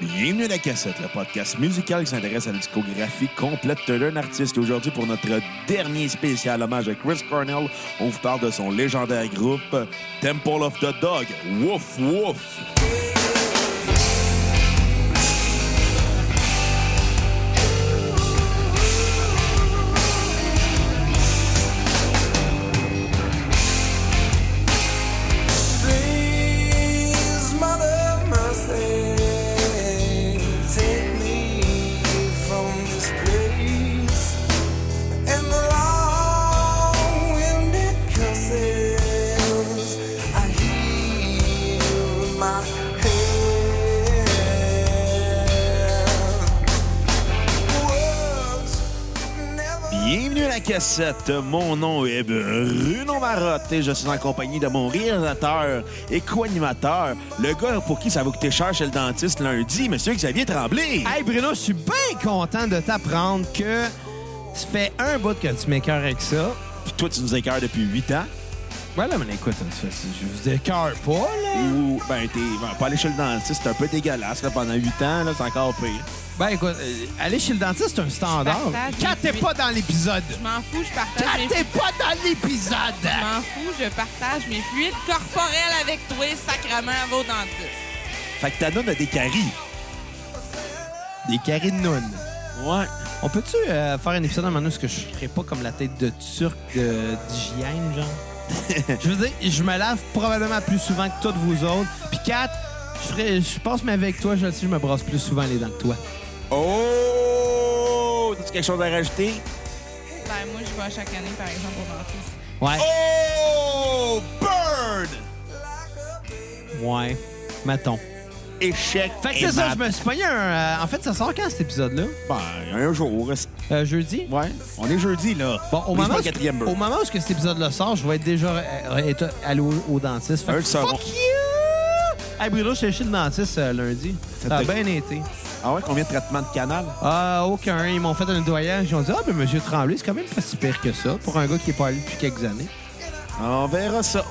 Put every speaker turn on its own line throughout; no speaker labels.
Bienvenue à la cassette, le podcast musical qui s'intéresse à la discographie complète d'un artiste. Et Aujourd'hui, pour notre dernier spécial hommage à Chris Cornell, on vous parle de son légendaire groupe Temple of the Dog. Wouf, wouf!
Please, Mother Mercy, take me from this place and the long-winded curses I hear in my head. Words never.
Bienvenue à la cassette, mon nom est Bruno Marotte et je suis en compagnie de mon réalisateur et co-animateur, le gars pour qui ça va coûter cher chez le dentiste lundi, Monsieur Xavier Tremblay.
Hey Bruno, je suis bien content de t'apprendre que ça fait un bout que tu m'écœures avec ça.
Puis toi, tu nous écœures depuis 8 ans.
Voilà, mais écoute, ça, c'est- je vous écœure pas, là.
Ou, ben, t'es ben, pas aller chez le dentiste, c'est un peu dégueulasse là, pendant 8 ans, là, c'est encore pire.
Ben écoute, euh, aller chez le dentiste, c'est un standard.
Partage
Quand t'es
mes
pas dans l'épisode.
Je m'en fous, je
Quand
partage mes
t'es pas dans
Je
l'épisode.
m'en fous, je partage mes fluides corporels avec toi, sacrement à vos dentistes.
Fait que ta nonne a des caries.
Des carrés de noun.
Ouais.
On peut-tu euh, faire un épisode à un moment donné où est-ce que je serais pas comme la tête de turc de- d'hygiène, genre? je veux dire, je me lave probablement plus souvent que toutes vous autres. Puis Kat, je, ferais, je pense mais avec toi, je le sais, je me brosse plus souvent les dents que toi.
Oh! T'as-tu quelque chose à rajouter?
Ben, moi, je vais à chaque année, par exemple, au dentiste.
Ouais.
Oh! Bird!
Ouais. Maton.
Échec.
Oh! Fait que c'est ça, je me suis pogné un. euh, en fait, ça sort quand cet épisode-là?
Ben, un jour. c'est-
Euh, jeudi?
Ouais. On est jeudi, là.
Bon, au
Mais
moment,
c'est pas
où,
le quatrième
au
Bird.
moment où ce que cet épisode-là sort, je vais être déjà euh, être allé au, au dentiste. Fait
Un
que
le savon.
fuck you! Hey, Bruno, je suis chez le dentiste euh, lundi.
Ça
Ça a
t'a-
bien été.
Ah ouais, combien de traitements de canal?
Ah, aucun. Ils m'ont fait un nettoyage. Ils ont dit Ah, ben, monsieur Tremblay, c'est quand même pas si pire que ça pour un gars qui est pas allé depuis quelques années.
On verra ça.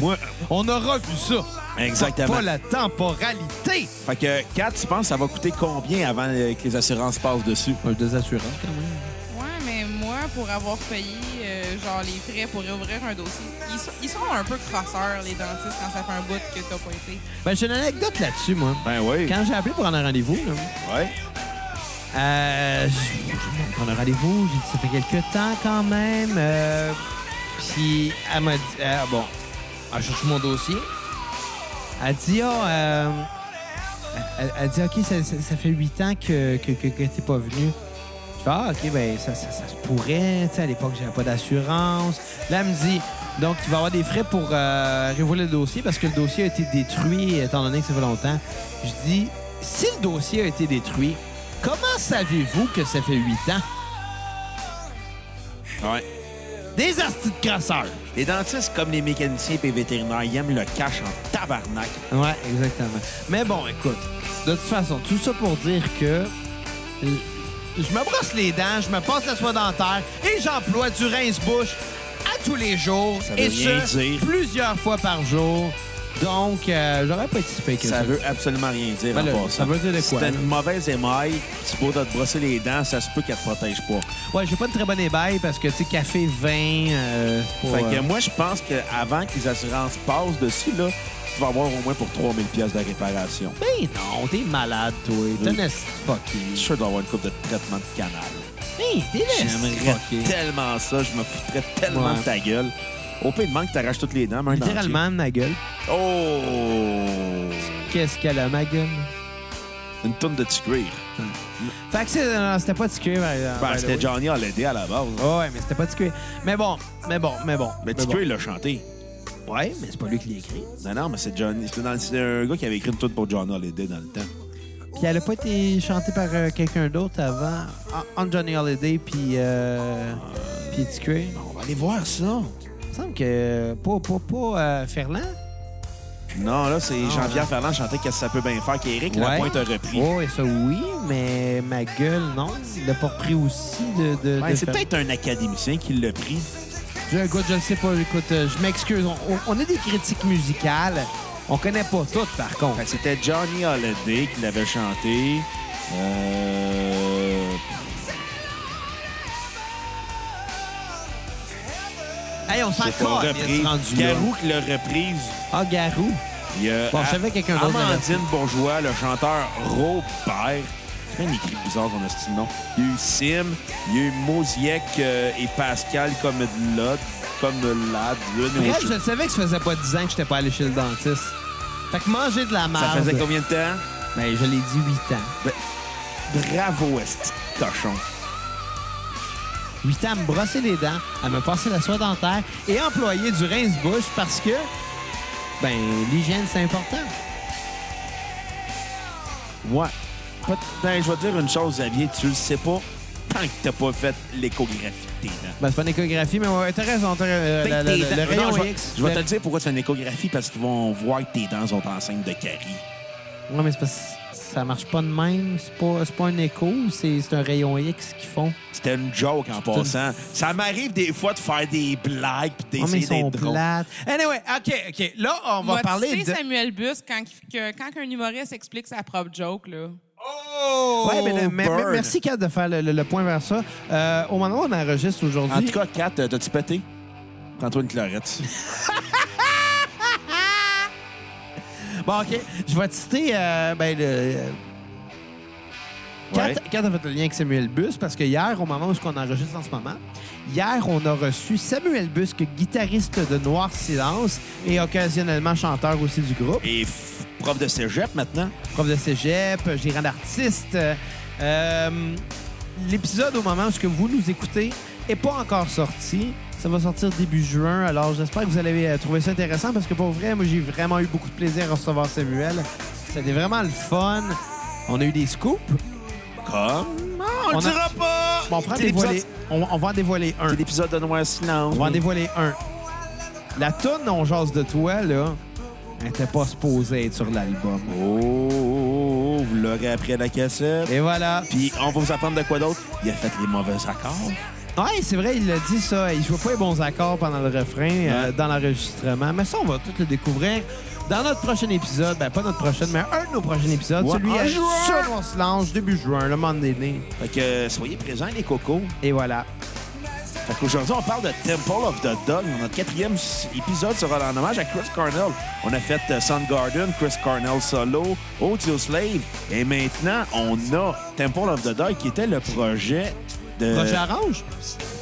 Moi,
On aura vu ça.
exactement.
Pas la temporalité.
Fait que, Kat, tu penses que ça va coûter combien avant euh, que les assurances passent dessus?
Un désassurant, quand même.
Ouais, mais moi, pour avoir payé, euh, genre, les frais pour ouvrir un dossier, ils sont, ils sont un peu crosseurs, les dentistes, quand ça fait un bout que t'as pas été.
Ben, j'ai une anecdote là-dessus, moi.
Ben oui.
Quand j'ai appelé pour en un rendez-vous, là,
Ouais.
Euh, je- je- on a rendez-vous, j'ai dit ça fait quelques temps quand même. euh, puis elle m'a dit, euh, bon, elle cherche mon dossier. Elle dit, ah, euh, elle, elle dit, OK, ça, ça- ça fait huit ans que, que, que, que t'es pas venu. Je fais, ah, OK, ben ça, ça, ça se pourrait. Tu sais, à l'époque, j'avais pas d'assurance. Là, elle me dit, donc, il va y avoir des frais pour euh, révoler le dossier parce que le dossier a été détruit étant donné que ça fait longtemps. Je dis, si le dossier a été détruit, comment savez-vous que ça fait huit ans?
Ouais.
Des astis de crasseurs!
Les dentistes, comme les mécaniciens et les vétérinaires, ils aiment le cash en tabarnak.
Ouais, exactement. Mais bon, écoute, de toute façon, tout ça pour dire que euh, je me brosse les dents, je me passe la soie dentaire et j'emploie du rince-bouche à tous les jours
Ça veut
et
rien
ce,
dire.
plusieurs fois par jour. Donc, euh, j'aurais pas été si pire que ça.
Ça veut absolument rien dire
Ben
en
là,
passant.
ça veut dire de
Si
quoi,
t'as
là?
une mauvaise émaille, tu peux te brosser les dents, ça se peut qu'elle te protège pas.
Ouais, j'ai pas de très bonne ébaille parce que, tu sais, café, vin, euh, c'est pas...
Fait que
euh,
moi, je pense qu'avant que les assurances passent dessus, là, tu vas avoir au moins pour 3000 pièces de réparation.
Ben non, t'es malade, toi. T'es un
Oui.
esti de
Je
fucké.
suis sûr d'avoir une coupe de traitement de canal.
Hey, t'es un esti de
J'aimerais
fucké.
tellement ça, je me foutrais tellement
Ouais.
de ta gueule. Au pire, il manque que t'arraches toutes les dents, mais un dentier.
Littéralement, ma gueule.
Oh!
Qu'est-ce qu'elle a, ma gueule?
Une tonne de tucuir.
Ah, Fait que c'est- non, c'était pas tiqué. euh,
Ben, c'était Johnny Hallyday à la base.
ouais, mais c'était pas tiqué. Mais bon, mais bon, mais bon.
Mais
bon.
Ticuir, il l'a chanté.
Ouais, mais c'est pas lui qui l'a écrit.
Non, non, mais c'est Johnny. C'est dans le- c'est un gars qui avait écrit une toute pour Johnny Hallyday dans le temps.
Puis elle a pas été chantée par euh, quelqu'un d'autre avant. En, entre Johnny Holiday, puis. Euh, puis tiqué.
On va aller voir ça.
Il me semble que. Pas, pas, pas euh, Ferland.
Non, hein. là, c'est
Ah,
Jean-Pierre
ouais.
Ferland chantait Qu'est-ce que ça peut bien faire qu'Éric
Ouais.
Lapointe a repris.
Ouais, ça oui, mais ma gueule, non. Il l'a pas repris aussi de. de,
Ben,
de
c'est
Ferland.
peut-être un académicien qui l'a pris.
Je, écoute, je ne sais pas. Écoute, euh, je m'excuse. On, on- on est des critiques musicales. On connaît pas toutes, par contre.
Fait que Ben, C'était Johnny Holiday qui l'avait chanté. Euh,
Hey, on s'en
c'est pas repris.
colle, rendu là.
Garou qui l'a reprise.
Ah, Garou.
Il y a
Bon, je savais que quelqu'un d'autre l'avait
Amandine Bourgeois, le chanteur Robert. C'est un écrit bizarre qu'on a ce nom. Il y a eu Sim, il y a eu Mosiek euh, et Pascal comme de l'autre, comme de l'ad. l'une
Bref,
ou-
je le savais que ça faisait pas 10 ans que j'étais pas allé chez le dentiste. Fait que manger de la
Ça
merde.
faisait combien de temps?
Ben, je l'ai dit 8 ans.
Bravo, esti de cochon.
8 ans à me brosser les dents, à me passer la soie dentaire et à employer du rince-bouche parce que, ben, l'hygiène, c'est important.
Ouais. Peut- Ben, je vais te dire une chose, Xavier, tu le sais pas tant que t'as pas fait l'échographie de tes dents.
Ben, c'est pas une échographie, mais ouais, t'as raison. T'as, euh, le, le-
Tes
le-
dents-
le rayon
Non, je vais-
X. Ben-
Je vais te
le-
le dire pourquoi tu fais une échographie, parce qu'ils vont voir que tes dents sont enceintes de caries.
Ouais, mais c'est parce que ça marche pas de même. C'est pas, c'est pas un écho, c'est, c'est un rayon X qu'ils font.
C'était une joke en passant. Ça m'arrive des fois de faire des blagues puis
Oh, mais ils
d'essayer
sont
d'être drôle.
plates. Anyway, OK, OK. Là, on va
Moi, tu
parler
sais,
de...
Samuel Bus, quand, que- quand un humoriste explique sa propre joke, là.
Oh!
Ouais, mais, le- mais- mais
Bird.
merci, Kat, de faire le, le- le point vers ça. Euh, au moment où on enregistre
En
aujourd'hui...
tout cas, Kat, euh, t'as-tu pété? Prends-toi une clarette.
Bon, OK. Je vais te citer... euh, ben, le... Kat,
Ouais.
Kat a fait le lien avec Samuel Bus parce que hier, au moment où on enregistre en ce moment, hier, on a reçu Samuel Busque, guitariste de Noir Silence et occasionnellement chanteur aussi du groupe.
Et f- prof de cégep maintenant?
prof de cégep, gérant d'artiste. Euh, euh, L'épisode au moment où ce que vous nous écoutez n'est pas encore sorti. Ça va sortir début juin, alors j'espère que vous allez euh, trouver ça intéressant parce que pour vrai, moi j'ai vraiment eu beaucoup de plaisir à recevoir Samuel. C'était vraiment le fun. On a eu des scoops.
Comme? Non, on,
On
le
a-
dira pas!
Bon, on, prend
C'est l'épisode-
dévoiler- on, on va en dévoiler un.
C'est l'épisode de Noir Silence.
On va en dévoiler un. La tonne On jase de toi, là, elle n'était pas supposée être sur l'album.
Oh, oh, oh, oh, vous l'aurez après la cassette.
Et voilà.
Puis on va vous apprendre de quoi d'autre? Il a fait les mauvais accords.
Ouais, c'est vrai, il l'a dit ça. Il joue pas les bons accords pendant le refrain, euh, dans l'enregistrement. Mais ça, on va tout le découvrir dans notre prochain épisode. Ben, pas notre prochain, mais un de nos prochains épisodes.
Ouais,
celui
en
à
juin!
sur on se lance, début juin, le moment donné.
Fait que euh, soyez présents, les cocos.
Et voilà.
Fait qu'aujourd'hui, on parle de Temple of the Dog. Notre quatrième s- épisode sera en hommage à Chris Cornell. On a fait euh, Soundgarden, Chris Cornell solo, Audio Slave. Et maintenant, on a Temple of the Dog qui était le projet de...
Prochain arrange.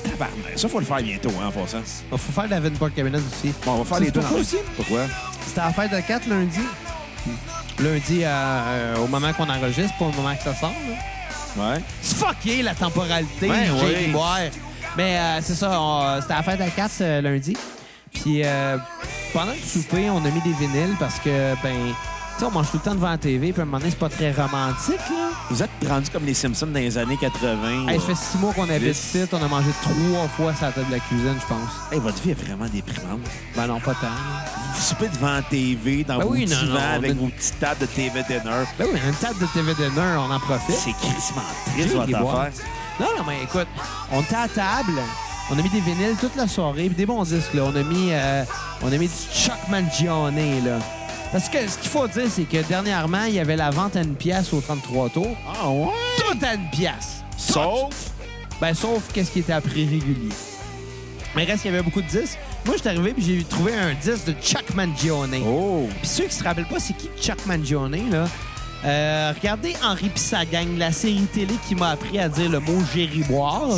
Tabarnak. Ça, faut le faire bientôt, hein, en passant.
Il faut faire de la Davenport Cabinet aussi.
Bon, on va faire
C'est
les deux
pourquoi
dans-
aussi?
Pourquoi?
C'était à faire de 4 lundi.
Hmm.
Lundi, euh, euh, au moment qu'on enregistre, pas au moment que ça sort. là.
Ouais.
C'est fucké, la temporalité.
Ben
j'ai
oui.
ri boire. Mais euh, c'est ça, on- c'était à la fête à 4 euh, lundi. Puis euh, pendant le souper, on a mis des vinyles parce que, ben, tu sais, on mange tout le temps devant la TV. Puis à un moment donné, c'est pas très romantique, là.
Vous êtes rendus comme les Simpsons dans les années 80.
Hey, ça fait six mois qu'on habite
Yes.
ici. On a mangé trois fois sur la table de la cuisine, je pense.
Hey, votre vie est vraiment déprimante.
Ben non, pas tant. là.
Vous soupez devant la TV, dans
Ben
vos
oui,
divans,
non, non,
avec
on a-
vos petites tables de TV dinner.
Ben oui, une table de TV Dinner, on en profite.
C'est crissement
J'ai
triste,
ri
votre
boire.
affaire.
Non, non, mais écoute, on était à table, on a mis des vinyles toute la soirée, puis des bons disques, là. On a mis, euh, on a mis du Chuck Mangione, là. Parce que ce qu'il faut dire, c'est que dernièrement, il y avait la vente à une pièce au 33 tours.
Ah ouais?
Tout à une pièce!
Sauf...
Ben, sauf qu'est-ce qui était à prix régulier. Mais reste qu'il y avait beaucoup de disques. Moi, je suis arrivé, puis j'ai trouvé un disque de Chuck Mangione.
Oh!
Puis ceux qui se rappellent pas, c'est qui Chuck Mangione, là? Euh, regardez Henri pis sa gang, la série télé qui m'a appris à dire le mot gériboire.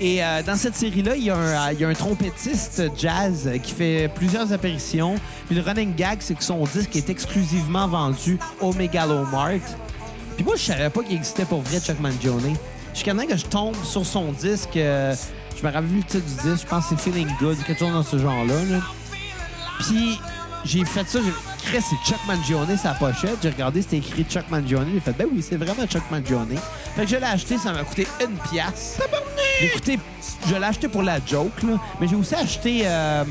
Et euh, dans cette série-là, il y, a un, euh, il y a un trompettiste jazz euh, qui fait plusieurs apparitions. Puis le running gag, c'est que son disque est exclusivement vendu au Megalomart. Puis moi, je savais pas qu'il existait pour vrai Chuck Mangione. Jusqu'à maintenant que je tombe sur son disque, euh, je me rappelle plus le titre du disque, je pense que c'est Feeling Good, quelque chose dans ce genre-là. là. Puis j'ai fait ça, j'ai Chris, c'est Chuck Mangione sa pochette. J'ai regardé, c'était écrit Chuck Mangione. J'ai fait, ben oui, c'est vraiment Chuck Mangione. Fait que je l'ai acheté, ça m'a coûté une pièce. J'ai coûté, je l'ai acheté pour la joke, là. Mais j'ai aussi acheté, euh,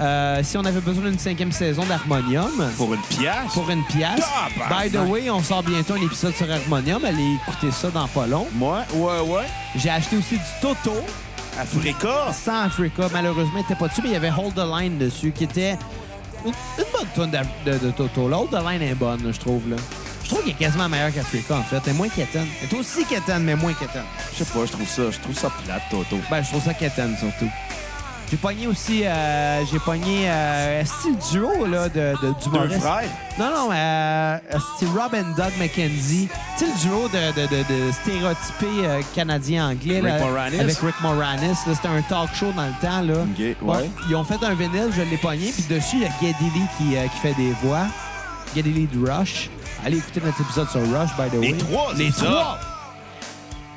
euh, si on avait besoin d'une cinquième saison d'Harmonium.
Pour une pièce?
Pour une pièce.
Tabarnak.
By the way, on sort bientôt un épisode sur Harmonium. Allez écouter ça dans pas long.
Moi? Ouais, ouais.
J'ai acheté aussi du Toto.
Africa?
Sans Africa, malheureusement, il n'était pas dessus, mais il y avait Hold the Line dessus, qui était une une bonne tonne de, de- de Toto. L'autre de Line est bonne, là, je trouve. là. Je trouve qu'elle est quasiment meilleure qu'Africa, en fait. Elle est moins quétaine. Elle est aussi quétaine, mais moins quétaine.
Je sais pas, je trouve ça, je trouve ça plate, Toto.
Ben, je trouve ça quétaine, surtout. J'ai pogné aussi... euh, J'ai pogné... Euh, c'est le duo, là, de, de, du
Deux
Maurice.
frères?
Non, non, euh, c'est Rob and Doug McKenzie. Tu sais, le duo de, de, de, de stéréotypés euh, canadiens-anglais.
Rick
là,
Moranis?
Avec Rick Moranis. là, C'était un talk show dans le temps. Là.
OK, ouais.
ils ont fait un vinyle, je l'ai pogné. Puis dessus, il y a Geddy Lee qui, euh, qui fait des voix. Geddy Lee de Rush. Allez écouter notre épisode sur Rush, by the way.
Les trois,
Les
c'est ça.
trois!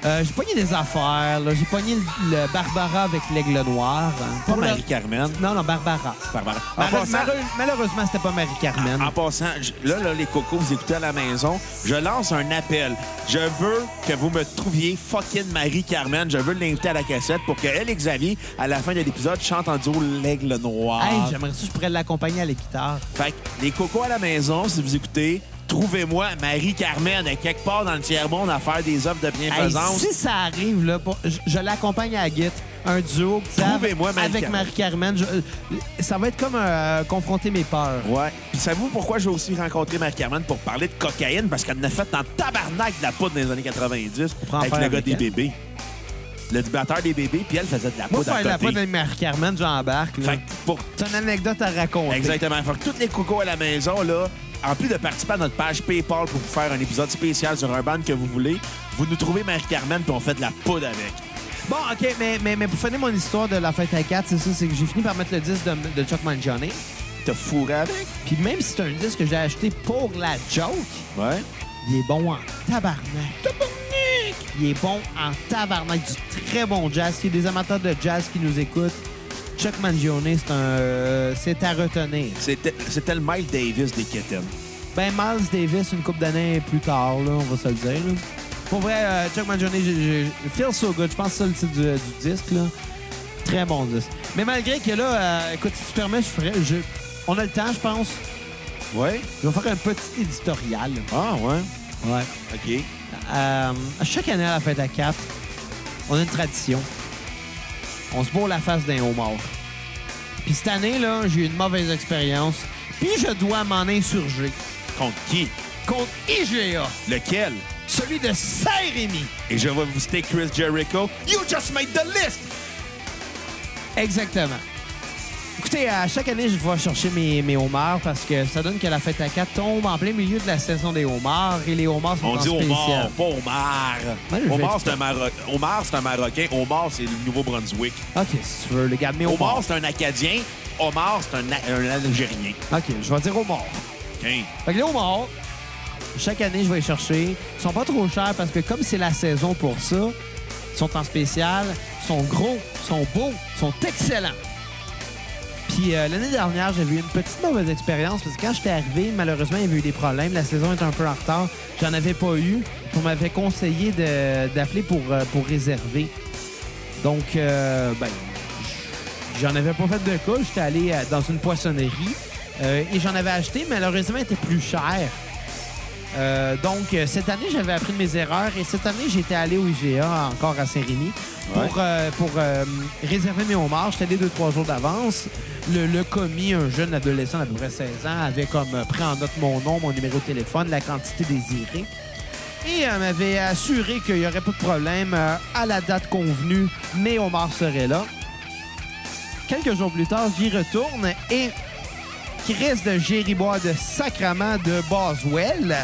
Euh, J'ai pogné des affaires. là. J'ai pogné le, le Barbara avec l'aigle noir. hein.
Pas
Pour le-
Marie-Carmen.
Non, non, Barbara.
Barbara. En
Malheure-
passant-
malheure- Malheureusement, c'était pas Marie-Carmen.
En passant, je- là, là, les cocos, vous écoutez à la maison, je lance un appel. Je veux que vous me trouviez fucking Marie-Carmen. Je veux l'inviter à la cassette pour qu'elle et Xavier, à la fin de l'épisode, chante en duo l'aigle noir.
Hey, j'aimerais ça, je pourrais l'accompagner à la guitare.
fait que les cocos à la maison, si vous écoutez, trouvez-moi Marie-Carmen à quelque part dans le tiers-monde à faire des œuvres de
Hey,
bienfaisance.
si ça arrive, là, pour- je, je l'accompagne à la guitare. Un duo, Xav,
Trouvez-moi Marie-Carmen.
avec Marie-Carmen. Je- euh, Ça va être comme euh, confronter mes peurs.
Ouais. Puis savez-vous pourquoi j'ai aussi rencontré Marie-Carmen pour parler de cocaïne? Parce qu'elle en a fait en tabarnak de la poudre dans les années 90
prend
avec
affaire
le gars
avec
des
elle.
bébés. Le batteur des bébés, puis elle faisait de la
Moi,
poudre à
faire la
côté.
pote avec Marie-Carmen, j'embarque. là.
Fait que pour
C'est une anecdote à raconter.
Exactement. Fait que tous les cocos à la maison, là, en plus de participer à notre page PayPal pour vous faire un épisode spécial sur un band que vous voulez, vous nous trouvez Marie-Carmen puis on fait de la poudre avec.
Bon, OK, mais, mais, mais pour finir mon histoire de la fête à 4, c'est ça, c'est que j'ai fini par mettre le disque de, de Chuck Mangione.
T'as fourré avec?
Puis même si c'est un disque que j'ai acheté pour la joke,
Ouais.
Il est bon en tabarnak. Tabarnak! Il est bon en tabarnak. Du très bon jazz. S'il y a des amateurs de jazz qui nous écoutent, Chuck Mangione, c'est un... euh, c'est à retenir.
C'était c'était le Miles Davis des Kitten.
Ben, Miles Davis, une couple d'années plus tard, là, on va se le dire. là. Pour vrai, euh, Chuck Mangione, j'ai- j'ai- Feel So Good, je pense que c'est ça le titre du, du disque. Là. Très bon disque. Mais malgré que là, euh, écoute, si tu permets, je ferais... je- On a le temps, je pense.
Ouais.
Je vais faire un petit éditorial.
Ah, ouais.
Ouais.
OK.
Euh, à chaque année à la fête à 4, on a une tradition. On se bourre la face d'un homard. Puis cette année, là, j'ai eu une mauvaise expérience. Puis je dois m'en insurger
Contre qui?
contre IGA,
Lequel?
celui de Saint-Rémy.
Et je vais vous citer Chris Jericho. You just made the list!
Exactement. Écoutez, à chaque année, je vais chercher mes, mes homards parce que ça donne que la fête à 4 tombe en plein milieu de la saison des homards et les homards sont
On
en
dit
spécial.
Omar, pas Omar.
Ouais, je vais
Omar, c'est un, Maroc- Omar, c'est un Marocain. Omar, c'est le Nouveau-Brunswick.
OK, si tu veux, le garde mes homards.
Omar, c'est un Acadien. Omar, c'est un, A- un Algérien.
OK, je vais dire homards.
Hein?
Fait que les homards, chaque année, je vais les chercher. Ils sont pas trop chers parce que comme c'est la saison pour ça, ils sont en spécial, ils sont gros, ils sont beaux, ils sont excellents. Puis euh, l'année dernière, j'avais eu une petite mauvaise expérience parce que quand j'étais arrivé, malheureusement, il y avait eu des problèmes. La saison était un peu en retard. J'en avais pas eu. On m'avait conseillé de- d'appeler pour, euh, pour réserver. Donc, euh, ben, J'en avais pas fait de cas. J'étais allé euh, dans une poissonnerie euh, et j'en avais acheté. Malheureusement, elle était plus chère. Euh, donc, euh, cette année, j'avais appris de mes erreurs et cette année, j'étais allé au IGA, encore à Saint-Rémy, pour,
Ouais.
euh, pour euh, réserver mes homards. J'étais allé deux, trois jours d'avance. Le, le commis, un jeune adolescent d'à peu près 16 ans, avait comme euh, pris en note mon nom, mon numéro de téléphone, la quantité désirée et euh, m'avait assuré qu'il n'y aurait pas de problème euh, à la date convenue, mais Omar serait là. Quelques jours plus tard, j'y retourne et Chris de Géribois de Sacrament de Boswell,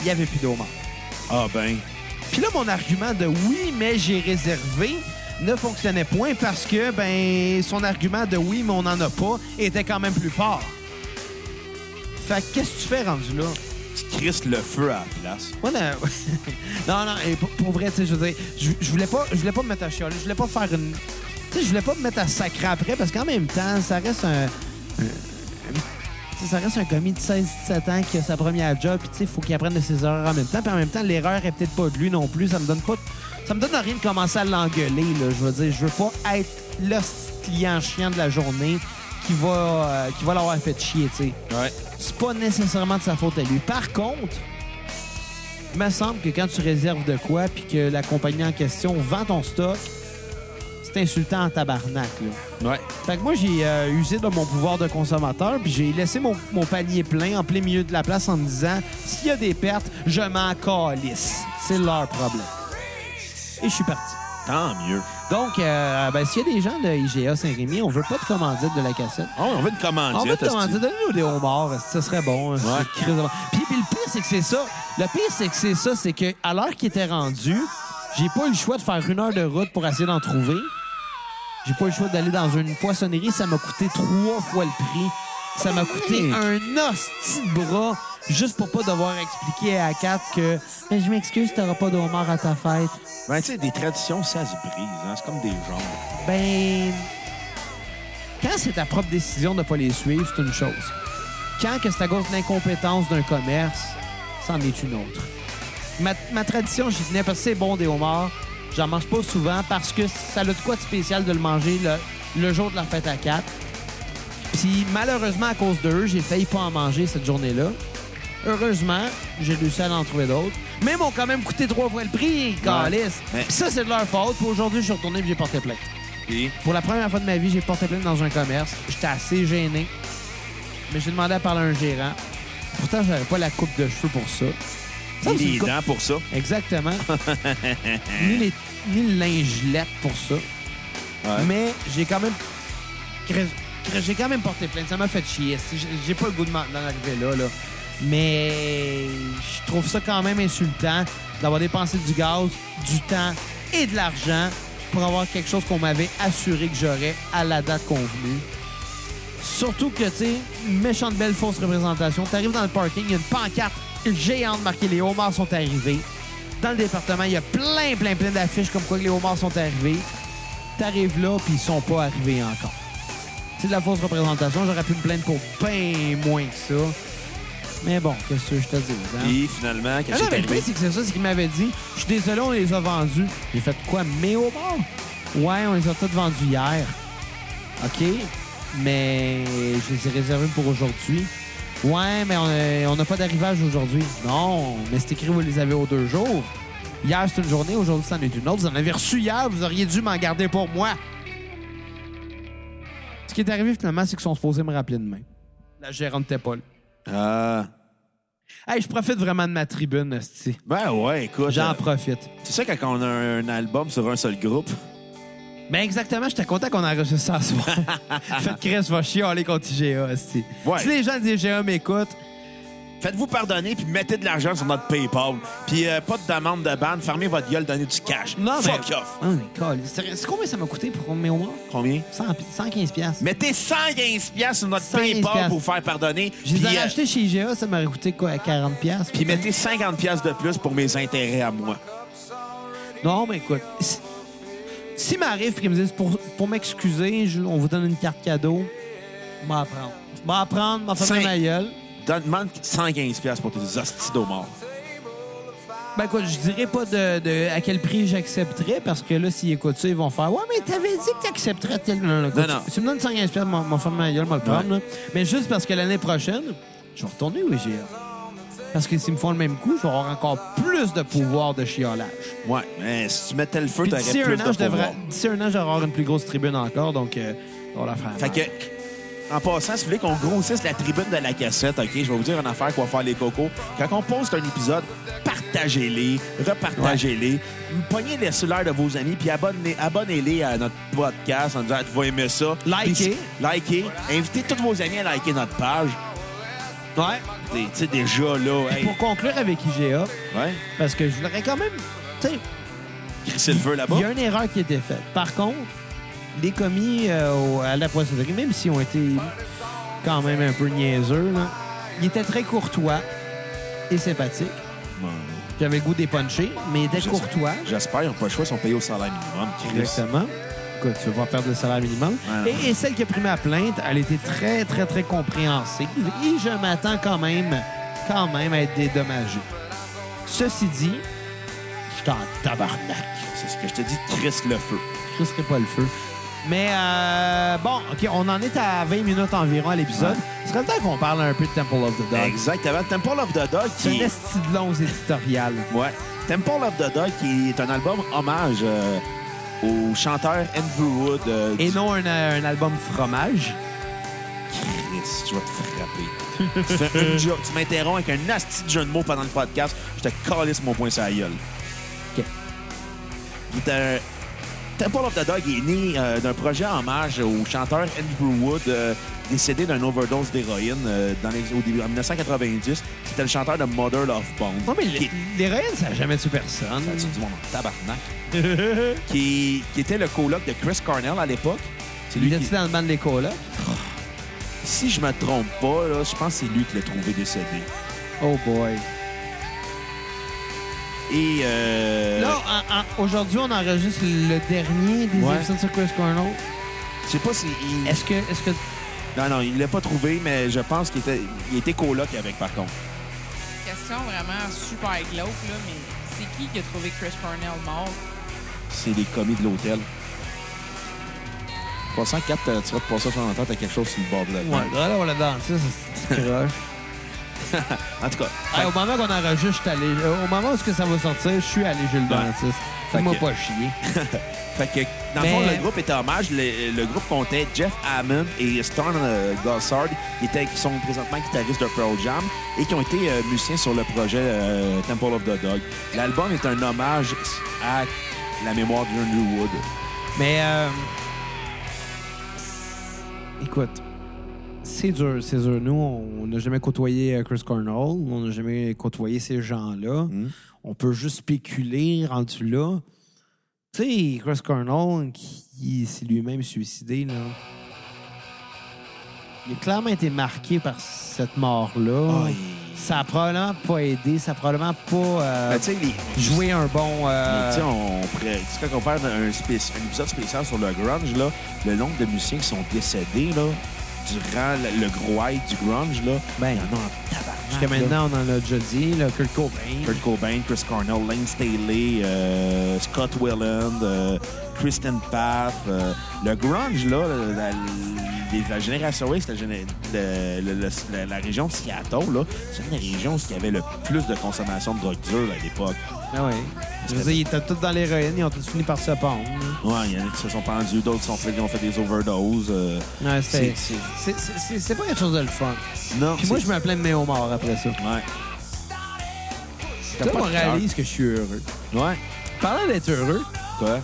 il n'y avait plus d'Omar.
Ah ben.
Puis là, mon argument de oui, mais j'ai réservé ne fonctionnait point parce que ben son argument de oui, mais on n'en a pas était quand même plus fort. Fait que qu'est-ce que tu fais rendu là?
Tu crisses le feu à la place.
Moi, là- non, non, et pour, pour vrai, tu sais, je veux dire, je, je voulais pas, je voulais pas me mettre à chialer, je voulais pas faire une... Tu sais, je voulais pas me mettre à sacrer après, parce qu'en même temps, ça reste un... un- tu sais, ça reste un commis de 16-17 ans qui a sa première job, puis tu sais, il faut qu'il apprenne de ses erreurs en même temps. Puis en même temps, l'erreur est peut-être pas de lui non plus. Ça me donne pas... Ça me donne rien de commencer à l'engueuler, là. Je veux dire, je veux pas être le client chiant de la journée qui va, euh, qui va l'avoir fait chier, tu sais
Ouais.
c'est pas nécessairement de sa faute à lui. Par contre, il me semble que quand tu réserves de quoi puis que la compagnie en question vend ton stock, c'est insultant en tabarnak. Là.
Ouais.
Fait que moi, j'ai euh, usé de mon pouvoir de consommateur, puis j'ai laissé mon, mon panier plein en plein milieu de la place en me disant s'il y a des pertes, je m'en calisse. C'est leur problème. Et je suis parti.
Tant mieux.
Donc, euh, ben, s'il y a des gens de IGA Saint-Rémy, on veut pas de commandite de la cassette.
Ah ouais, on veut une commandite.
On veut te
hostie.
demander, donne-nous des homards, ça serait bon. hein, c'est crise de- Puis, puis le pire, c'est que c'est ça. Le pire, c'est que c'est ça, c'est que à l'heure qu'il était rendu, j'ai pas eu le choix de faire une heure de route pour essayer d'en trouver. J'ai pas eu le choix d'aller dans une poissonnerie. Ça m'a coûté trois fois le prix. Ça m'a coûté un hostie de bras juste pour pas devoir expliquer à 4 que Mais je m'excuse, t'auras pas de homard à ta fête.
Ben, tu sais, des traditions, ça se brise. hein. C'est comme des genres.
Ben. Quand c'est ta propre décision de ne pas les suivre, c'est une chose. Quand que c'est à cause de l'incompétence d'un commerce, c'en est une autre. Ma, ma tradition, j'y venais parce que c'est bon des homards. J'en mange pas souvent parce que ça a de quoi de spécial de le manger le, le jour de la fête à 4. Puis malheureusement, à cause d'eux, j'ai failli pas en manger cette journée-là. Heureusement, j'ai réussi à en trouver d'autres. Mais ils m'ont quand même coûté trois fois le prix, calice.
Mais-
Puis ça, c'est de leur faute. Puis aujourd'hui, je suis retourné et j'ai porté plainte.
Et
Pour la première fois de ma vie, j'ai porté plainte dans un commerce. J'étais assez gêné. Mais j'ai demandé à parler à un gérant. Pourtant, j'avais pas la coupe de cheveux pour ça. Ça, c'est
des
une coupe-
dents pour ça.
Exactement. ni, les, ni le lingelette pour ça.
Ouais.
Mais j'ai quand même. cré- cré- J'ai quand même porté plainte. Ça m'a fait chier. C'est- j'ai- J'ai pas le goût de m'en d'en arriver là, là. Mais je trouve ça quand même insultant d'avoir dépensé du gaz, du temps et de l'argent pour avoir quelque chose qu'on m'avait assuré que j'aurais à la date convenue. Surtout que, tu sais, méchante belle fausse représentation. T'arrives dans le parking, il y a une pancarte géante marquée Les homards sont arrivés. Dans le département, il y a plein, plein, plein d'affiches comme quoi que les homards sont arrivés. T'arrives là, puis ils sont pas arrivés encore. C'est de la fausse représentation. J'aurais pu me plaindre pour bien moins que ça. Mais bon, qu'est-ce que je te dis? hein?
Et finalement,
Ah
qu'est-ce
non,
qui est
mais le
arrivé?
pire, c'est que c'est ça, c'est qu'il m'avait dit Je suis désolé, on les a vendus. J'ai fait quoi Mais au bord Ouais, on les a tous vendus hier. OK, mais je les ai réservés pour aujourd'hui. Ouais, mais on a- on n'a pas d'arrivage aujourd'hui. Non, mais c'est écrit, vous les avez aux deux jours. Hier, c'est une journée, aujourd'hui, c'en est une autre. Vous en avez reçu hier, vous auriez dû m'en garder pour moi. Ce qui est arrivé finalement, c'est qu'ils sont supposés me rappeler demain. La gérante n'était pas là.
Ah.
Hey, je profite vraiment de ma tribune, hostie.
Ben ouais, écoute.
J'en
euh,
profite.
Tu sais, quand on a un album sur un seul groupe,
Ben exactement, j'étais content qu'on enregistre ça ce soir. Faites Chris va chialer contre IGA aussi.
Ouais.
Si les gens d'IGA m'écoutent,
faites-vous pardonner puis mettez de l'argent sur notre PayPal. Puis euh, pas de demande de bande, fermez votre gueule, donnez du cash.
non mais...
Fuck off.
Ah, mais colle. C'est c'est combien ça m'a coûté pour mes homards?
Combien?
100 pi- 115 piastres.
Mettez 115 piastres sur notre
115
PayPal pour vous faire pardonner.
Je les
puis,
avais
euh,
achetés chez IGA, ça m'aurait coûté quoi, 40 piastres?
puis mettez 50 piastres de plus pour mes intérêts à moi.
Non, mais écoute, si, si m'arrive et qu'ils me disent pour, pour m'excuser, je- on vous donne une carte cadeau, m'en prendre. M'en prendre, m'en faire
Cinq.
ma gueule.
Donne- Demande 115 piastres pour tes hosties d'homards.
Ben écoute, je dirais pas de, de- à quel prix j'accepterais parce que là, s'ils écoutent ça, ils vont faire Ouais, mais t'avais dit que t'accepterais tel. Non, non, écoute,
Non, non.
Si si tu me donnes 115$, piastres, mon, mon format gueule, moi le prendre. là. Mais juste parce que l'année prochaine, je vais retourner au IGA. Parce que s'ils me font le même coup, je vais avoir encore plus de pouvoir de chiolage.
Ouais, mais si tu mettais le feu,
Puis
t'aurais
d'ici un,
plus
an,
de
je devrais-
pouvoir.
d'ici un an, je vais avoir une plus grosse tribune encore, donc euh, on va la faire.
Fait que, en passant, si vous voulez qu'on grossisse la tribune de la cassette, OK, je vais vous dire une affaire qu'on va faire les cocos. Quand on poste un épisode, partagez-les, repartagez-les, pognez les cellulaires de vos amis, puis abonnez- abonnez-les à notre podcast en disant, Ah, tu vas aimer ça.
Likez.
Puis, likez. Invitez tous vos amis à liker notre page.
Ouais.
Des- Tu sais, déjà, là, hey,
Pour conclure avec IGA,
ouais,
parce que je voudrais quand même. Tu sais,
crissez le feu là-bas.
Il y a une erreur qui a été faite. Par contre, les commis euh, au- à la poissonnerie, même s'ils ont été quand même un peu niaiseux, là, ils étaient très courtois et sympathiques.
Bon,
J'avais le goût des punchés, mais ils étaient
j'espère-
courtois.
J'espère, ils n'ont pas le choix, ils sont payés au salaire minimum. Chris.
Exactement. Écoute, tu vas pas perdre le salaire minimum.
Ouais.
Et, et celle qui a pris ma plainte, elle était très, très, très compréhensive. Et je m'attends quand même, quand même à être dédommagé. Ceci dit, je suis en tabarnak.
C'est ce que je te dis, crisse le feu.
Je crisserai pas le feu. Mais euh, bon, OK, on en est à 20 minutes environ à l'épisode. Ce serait le temps qu'on parle un peu de Temple of the Dog.
Exactement. Temple of the Dog
C'est
qui
un esti de long éditorial.
Ouais. Temple of the Dog, qui est un album hommage euh, au chanteur Andrew Wood. euh,
Et
du-
non un, euh, un album fromage.
Christ, je vais te frapper. tu fais une joke, tu m'interromps avec un nasty de jeu de mots pendant le podcast, je te calisse mon poing sur la gueule.
OK.
Il est un- Temple of the Dog est né euh, d'un projet en hommage au chanteur Andrew Wood, euh, décédé d'un overdose d'héroïne euh, dans les- au début, en 1990. C'était le chanteur de Mother Love Bone.
Non, mais
qui-
l- l'héroïne, ça n'a jamais tué personne.
Ça a du monde en tabarnak. qui, qui était le coloc de Chris Cornell à l'époque. C'est
Il
lui
était
qui,
dans le band des colocs?
si je me trompe pas, là, je pense que c'est lui qui l'a trouvé décédé.
Oh boy.
Et euh,
Là, en- en- aujourd'hui, on enregistre le dernier des
Ouais.
épisodes sur Chris Cornell.
je sais pas si il-
Est-ce que, est-ce que,
non non, il l'a pas trouvé, mais je pense qu'il était, il était coloc avec par contre.
Question vraiment super glauque, là, mais c'est qui qui a trouvé Chris Cornell mort?
C'est les commis de l'hôtel. Pensant que Kat, tu vas te passer sur l'entente, t'as quelque chose sur le bord de la
ouais, là, on l'a dans ça, c'est c'est croche.
En tout cas,
Hey, au moment qu'on enregistre, je suis allé- euh, au moment où est-ce que ça va sortir, je suis allé chez le dentiste.
Fait
Il m'a
que-
pas chié.
Fait que, dans
Mais-
le fond, le groupe était hommage. Le, le groupe comptait Jeff Hammond et Storm euh, Gossard, qui, étaient, qui sont présentement guitaristes de Pearl Jam et qui ont été euh, musiciens sur le projet euh, Temple of the Dog. L'album est un hommage à la mémoire de Andrew Wood.
Mais euh, écoute, c'est dur, c'est dur. Nous, on n'a jamais côtoyé euh, Chris Cornell, on n'a jamais côtoyé ces gens-là.
Mm.
On peut juste spéculer rendu là. Tu sais, Chris Cornell, qui s'est lui-même suicidé, là. Il a clairement été marqué par cette mort-là.
Ah, il-
Ça a probablement pas aidé, ça a probablement pas euh,
Ben, tu sais, les-
joué un bon. euh,
Mais tu sais, on pourrait- tu sais, quand on fait un, spéc- un épisode spécial sur le grunge, là, le nombre de musiciens qui sont décédés là, durant le, le gros hype du grunge, là,
Ben,
il y en a en tabarnak,
Jusqu'à
Ah, là.
maintenant, on en a déjà dit, là, Kurt Cobain.
Kurt Cobain, Chris Cornell, Lane Staley, euh, Scott Weiland, euh, Kristen Paff. euh, le grunge, là, la, la- la génération X, la, géné- le- le- le- la- la région de Seattle, là, c'est une des régions où il y avait le plus de consommation de drogue dure à l'époque.
Ah oui. Je veux dire, ils étaient tous dans l'héroïne, ils ont tous fini par se pendre.
Ouais, il y en a qui se sont pendus, d'autres qui, sont fait- qui ont fait des overdoses. euh,
Ouais, c'est-
C'est-
c'est- c'est c'est- c'est pas quelque chose de le fun.
non,
Puis moi,
c'est-
je me plains de mes homards après ça.
Ouais. T'as
Là,
pas
on
de cœur.
réalise que je suis heureux.
Ouais.
Parlant d'être heureux,
Quoi?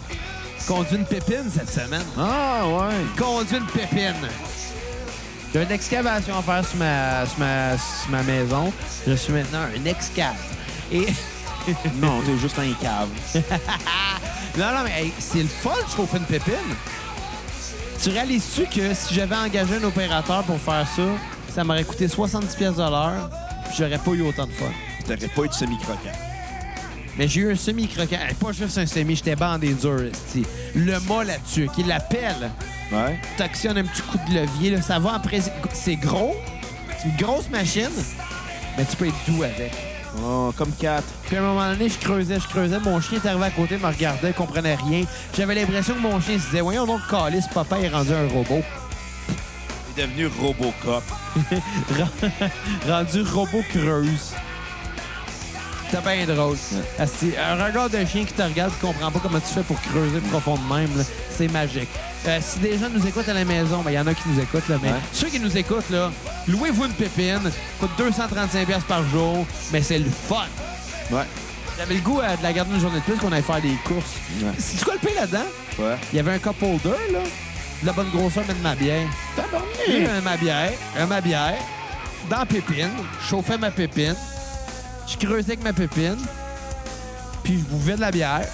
conduit une pépine cette semaine.
Ah, ouais.
Conduit une pépine. J'ai une excavation à faire sur ma, sur ma, sur ma maison. Je suis maintenant un excave. Et...
non, t'es juste un cave.
Non, non, mais hey, c'est le fun de chauffer une pépine. Tu réalises-tu que si j'avais engagé un opérateur pour faire ça, ça m'aurait coûté 70 pièces de l'heure, puis j'aurais pas eu autant de fun.
T'aurais pas eu de semi-croquant.
Mais j'ai eu un semi-croquant. Hey, pas juste un semi, j'étais bandé dur. esti. Le mât là-dessus, qui l'appelle,
Ouais.
t'actionnes un petit coup de levier, là, ça va après. C'est gros, c'est une grosse machine, mais tu peux être doux avec.
Oh, comme 4.
Puis à un moment donné, je creusais, je creusais. Mon chien est arrivé à côté, me regardait, comprenait rien. J'avais l'impression que mon chien se disait Voyons donc, Calis, papa est rendu un robot.
est devenu Robocop.
rendu robot creuse. C'était bien drôle. Asti, Un regard de chien qui te regarde, qui comprend pas comment tu fais pour creuser profond de même, là, c'est magique. Euh, si des gens nous écoutent à la maison, ben, il y en a qui nous écoutent, là, mais
Ouais.
ceux qui nous écoutent, là, louez-vous une pépine, coûte 235$ piastres par jour, mais c'est le fun.
Ouais.
J'avais le goût euh, de la garder une journée de plus qu'on allait faire des courses.
Ouais.
C'est quoi le pire là-dedans?
Ouais.
Il y avait un cup holder, là, de la bonne grosseur, mais de ma bière.
Hmm.
J'ai eu un ma bière, un ma bière, dans la pépine, je chauffais ma pépine, je creusais avec ma pépine, puis je buvais de la bière.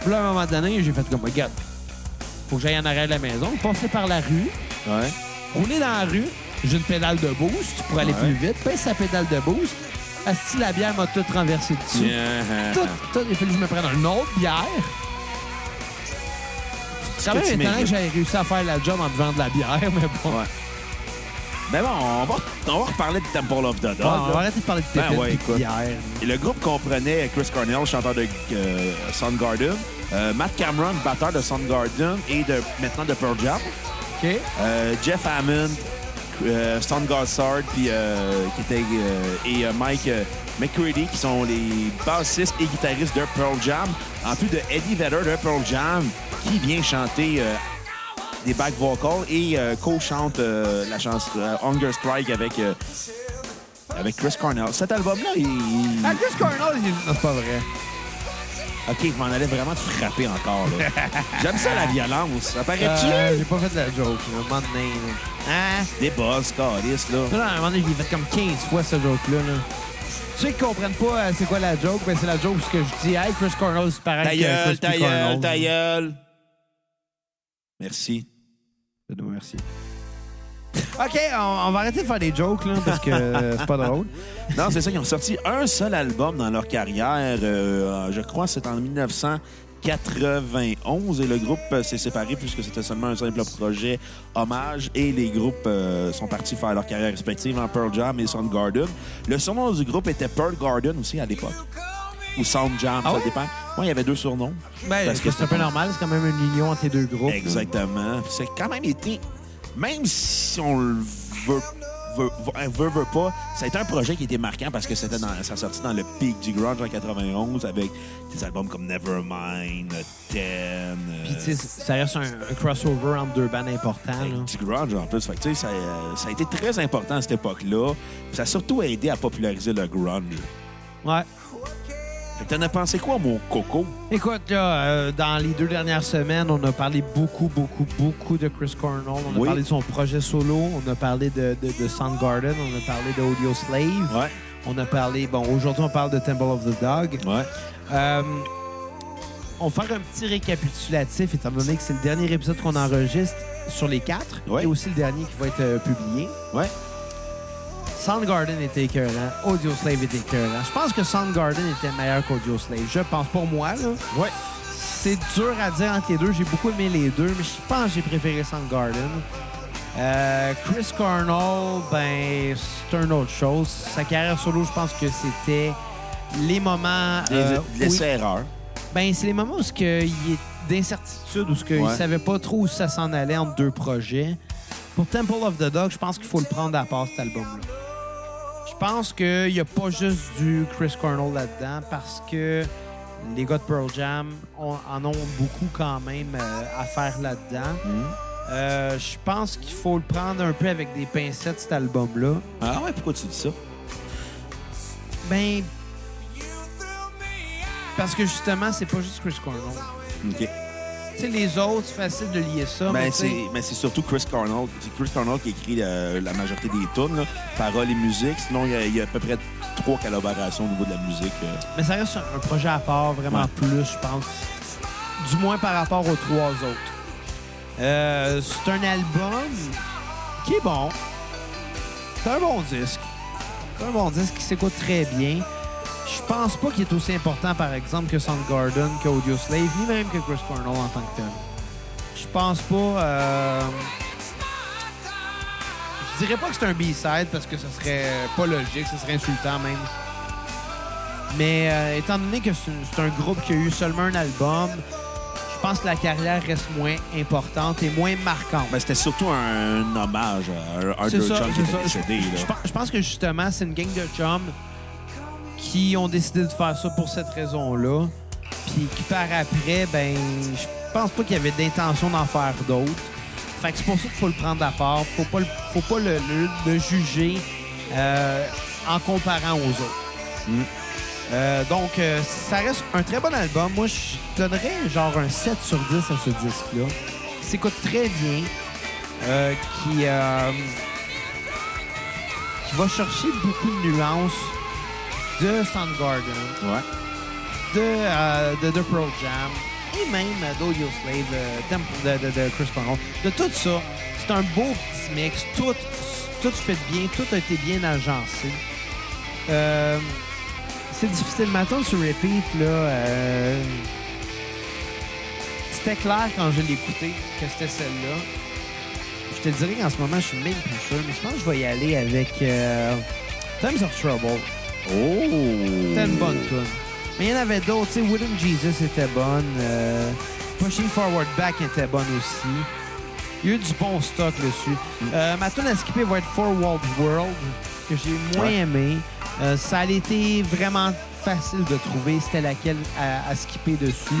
Puis là, à un moment donné, j'ai fait comme, regarde, faut que j'aille en arrière de la maison, passer par la rue,
Ouais.
rouler dans la rue, j'ai une pédale de boost pour aller
Ouais.
plus vite, pince la pédale de boost, si la bière m'a tout renversé dessus. Tout, tout, il a fallu que je me prenne un autre bière. C'est quand
que
même
tu
étonnant que
mérites.
j'avais réussi à faire la job en buvant de la bière, mais bon.
Ouais. Mais bon, on va, on va reparler de Temple of the Dog.
Bon, on va
là.
arrêter de parler de
Ben
pépite
ouais,
et de
écoute.
bière.
Et le groupe comprenait Chris Cornell, chanteur de euh, Soundgarden, euh, Matt Cameron, batteur de Soundgarden et de, maintenant de Pearl Jam,
OK?
euh, Jeff Hammond, euh, Stan Gossard puis, euh, qui était, euh, et euh, Mike euh, McCready, qui sont les bassistes et guitaristes de Pearl Jam, en plus de Eddie Vedder de Pearl Jam, qui vient chanter euh, des back vocals et euh, co-chante euh, la chanson euh, Hunger Strike avec, euh, avec Chris Cornell. Cet album-là, il...
Ah, Chris Cornell, il- non, c'est pas vrai.
OK, je m'en allais vraiment te frapper encore. là. J'aime ça, la violence. Ça paraît-tu?
Euh, J'ai pas fait de la joke, là, un moment donné. là. Hein?
Des buzz, calice, là.
Puis là, à un moment donné, je l'ai fait comme 15 fois, ce joke-là. Là. Ceux qui comprennent pas euh, c'est quoi la joke, ben c'est la joke parce que je dis « Hey, Chris Cornell, c'est
Ta
pareil que
gueule,
Chris
ta
P.
gueule,
Cornell.
ta gueule. Merci.
Je te dis merci. OK, on, on va arrêter de faire des jokes, là, parce que euh, c'est pas drôle.
Non, c'est ça, ils ont sorti un seul album dans leur carrière. euh, je crois que c'est en 1991 et le groupe euh, s'est séparé puisque c'était seulement un simple projet hommage et les groupes euh, sont partis faire leur carrière respective en Pearl Jam et Soundgarden. Le surnom du groupe était Pearl Garden aussi à l'époque. Ou Sound Jam,
Ah
ça
ouais?
dépend. Moi, il y avait deux surnoms.
parce que Ben, c'est un peu normal, c'est quand même une union entre les deux groupes.
Exactement. Puis C'est quand même été, même si on le veut, veut, veut, veut- veut pas, ça a été un projet qui était marquant parce que c'était dans, ça a sorti dans le pic du grunge en 91 avec des albums comme Nevermind, Ten. euh,
Puis, tu sais, ça reste un, un crossover entre deux bands importants.
avec
là.
du grunge en plus. Fait que, tu sais, ça, euh, ça a été très important à cette époque-là. Puis Ça a surtout aidé à populariser le grunge.
Ouais.
Fait que T'en as pensé quoi, mon coco?
Écoute, là, euh, dans les deux dernières semaines, on a parlé beaucoup, beaucoup, beaucoup de Chris Cornell. On a
Oui.
parlé de son projet solo. On a parlé de, de, de Soundgarden. On a parlé de Audio Slave.
Ouais,
On a parlé... Bon, aujourd'hui, on parle de Temple of the Dog.
ouais.
Euh, on va faire un petit récapitulatif, étant donné que c'est le dernier épisode qu'on enregistre sur les quatre.
Ouais.
Et aussi le dernier qui va être euh, publié.
Ouais.
Soundgarden était écœurant. Audio Slave était écœurant. Je pense que Soundgarden était meilleur qu'Audio Slave. Je pense, pour moi, là.
Ouais.
C'est dur à dire entre les deux. J'ai beaucoup aimé les deux, mais je pense que j'ai préféré Soundgarden. Euh, Chris Cornell, ben, c'est une autre chose. Sa carrière solo, je pense que c'était les moments.
Les,
euh, où il-
erreurs.
ben, c'est les moments où ce que il est d'incertitude, où ce que
Ouais.
il savait pas trop où ça s'en allait entre deux projets. Pour Temple of the Dog, je pense qu'il faut le prendre à part cet album-là. Je pense qu'il n'y a pas juste du Chris Cornell là-dedans parce que les gars de Pearl Jam ont- en ont beaucoup quand même euh, à faire là-dedans.
Mhm.
Euh, je pense qu'il faut le prendre un peu avec des pincettes, cet album-là.
Ah ouais, pourquoi tu dis ça?
Ben, parce que justement, c'est pas juste Chris Cornell.
OK.
Tu sais, les autres, c'est facile de lier ça.
Ben,
mais tu sais,
c'est ben, c'est surtout Chris Cornell. C'est Chris Cornell qui écrit euh, la majorité des tunes, là, paroles et musique. Sinon, il y a- il y, a à peu près trois collaborations au niveau de la musique. euh.
mais ça reste un un projet à part, vraiment
Ouais.
plus, je pense. Du moins par rapport aux trois autres. Euh, c'est un album qui est bon. C'est un bon disque. C'est un bon disque qui s'écoute très bien. Je pense pas qu'il est aussi important, par exemple, que Soundgarden, que Audio Slave, ni même que Chris Cornell en tant que tel. Je pense pas. euh, Je dirais pas que c'est un B-side parce que ce serait pas logique, ce serait insultant même. Mais euh, étant donné que c'est c'est un groupe qui a eu seulement un album, je pense que la carrière reste moins importante et moins marquante.
Ben, C'était surtout un, hommage à un, un
C'est
deux
ça,
chums qui
c'est
était
ça.
décédé. là.
Je, pense- je pense que justement, c'est une gang de chums qui ont décidé de faire ça pour cette raison-là. Puis qui par après, ben, je pense pas qu'il y avait d'intention d'en faire d'autres. Fait que c'est pour ça qu'il faut le prendre à part. Faut pas le, faut pas le, le- le juger euh, en comparant aux autres.
Mm.
Euh, donc, euh, ça reste un très bon album. Moi, je donnerais genre un 7 sur 10 à ce disque-là. Qui s'écoute très bien. euh, qui, euh, qui va chercher beaucoup de nuances de Soundgarden
Ouais.
de, euh, de, de Pearl Jam et même euh, d'Audio Slave, euh, d'Em- de, de- de Chris Cornell, de tout ça. C'est un beau petit mix. Tout, tout fait bien, tout a été bien agencé. Euh, c'est difficile. Maintenant, sur Repeat, là, euh, c'était clair quand je l'écoutais que c'était celle-là. Je te dirais qu'en ce moment, je suis même plus sûr, mais je pense que je vais y aller avec euh, Times of Trouble.
Oh!
C'était une bonne tune. Mais il y en avait d'autres. Tu sais, Wooden Jesus était bonne. euh, Pushing Forward Back était bonne aussi. Il y a eu du bon stock dessus. Euh, ma tune à skipper va être For World World, que j'ai moins
Ouais.
aimé. Euh, ça a été vraiment facile de trouver c'était laquelle à, à skipper dessus.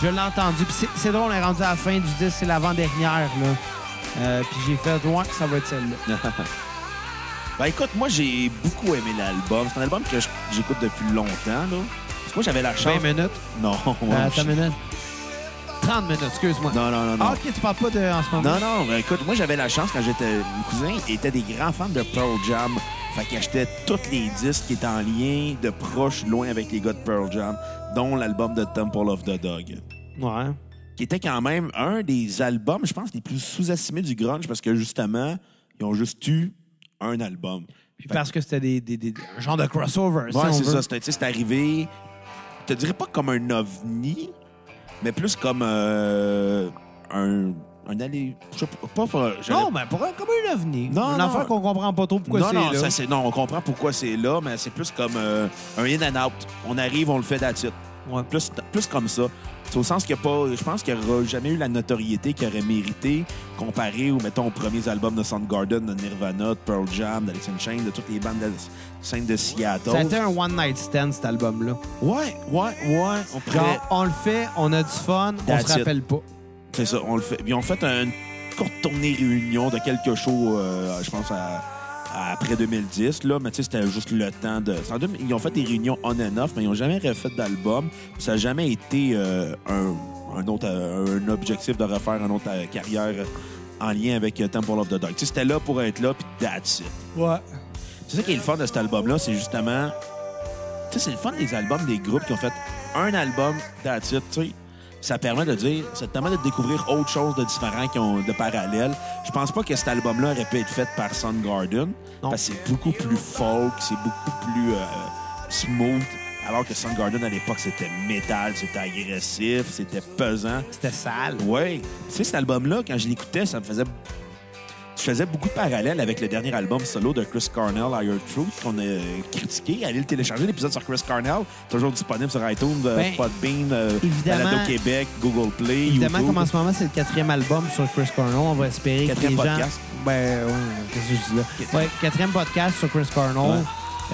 Je l'ai entendu. Puis c'est- c'est drôle, on est rendu à la fin du disque, c'est l'avant-dernière. là. Euh, puis j'ai fait, ouais, ça va être celle-là.
Ben écoute, moi j'ai beaucoup aimé l'album. C'est un album que je- j'écoute depuis longtemps, là. Parce que moi j'avais la
20
chance.
minutes.
Non,
Euh,
je-
Ben, attends une minute. 30 minutes, excuse-moi.
non, non, non, non.
Ah, ok, tu parles pas de en ce moment.
Non, non, ben, écoute, moi j'avais la chance quand j'étais. Mon cousin était des grands fans de Pearl Jam. Fait qu'il achetait tous les disques qui étaient en lien de proche, loin avec les gars de Pearl Jam, dont l'album de Temple of the Dog.
Ouais.
Qui était quand même un des albums, je pense, les plus sous-estimés du grunge parce que justement, ils ont juste eu un album.
Puis
Fait-
parce que c'était des, des, des, des- un genre de crossover. si
Ouais,
on
c'est
veut.
ça. C'était- tu sais, C'est arrivé, je te dirais pas comme un ovni, mais plus comme euh, un. Un allé. Je sais pas. pas- pas- j'allais-
Non, mais pour un, comme un ovni.
Non,
un
non.
enfant qu'on comprend pas trop pourquoi
non,
c'est
non,
là.
ça, c'est- non, on comprend pourquoi c'est là, mais c'est plus comme euh, un in and out. On arrive, on le fait d'attitude.
Ouais.
Plus, plus comme ça. C'est au sens qu'il n'y a pas. Je pense qu'il n'y aura jamais eu la notoriété qu'il aurait mérité comparé aux, mettons, aux premiers albums de Soundgarden, de Nirvana, de Pearl Jam, d'Alice in Chains, de toutes les bandes de scène de Seattle.
Ça a été un one night stand cet album là.
Ouais, ouais, ouais. On pourrait-
Genre on le fait, on a du fun, on
That's
se
it.
rappelle pas.
C'est ça, on le fait. Ils ont fait une courte tournée réunion de quelques shows, euh, je pense, à, à après 2010. Là. Mais tu sais, c'était juste le temps de. c'est en deux- Ils ont fait des réunions on and off, mais ils n'ont jamais refait d'album. Ça n'a jamais été euh, un, un autre, euh, un objectif de refaire une autre euh, carrière euh, en lien avec euh, Temple of the Dog. Tu sais, c'était là pour être là, puis that's it.
Ouais.
C'est ça qui est le fun de cet album-là, c'est justement. Tu sais, c'est le fun des albums des groupes qui ont fait un album that's it, tu sais. Ça permet de dire, ça te permet de découvrir autre chose de différent, qui ont, de parallèle. Je pense pas que cet album-là aurait pu être fait par Soundgarden.
Non.
Parce que c'est beaucoup plus folk, c'est beaucoup plus euh, smooth. Alors que Soundgarden, à l'époque, c'était métal, c'était agressif, c'était pesant.
C'était sale.
Ouais. Tu sais, cet album-là, quand je l'écoutais, ça me faisait. Je faisais beaucoup de parallèles avec le dernier album solo de Chris Cornell, Higher Truth, qu'on a critiqué. Allez le télécharger, l'épisode sur Chris Cornell. Toujours disponible sur iTunes, euh,
Ben,
Podbean, euh,
évidemment-
Balado Québec, Google Play,
Évidemment,
YouTube.
comme en ce moment, c'est le quatrième album sur Chris Cornell. On va espérer
Quatrième
que les
podcast.
gens... Ben, ouais, qu'est-ce que je dis là?
Quatrième.
Ouais, quatrième podcast sur Chris Cornell,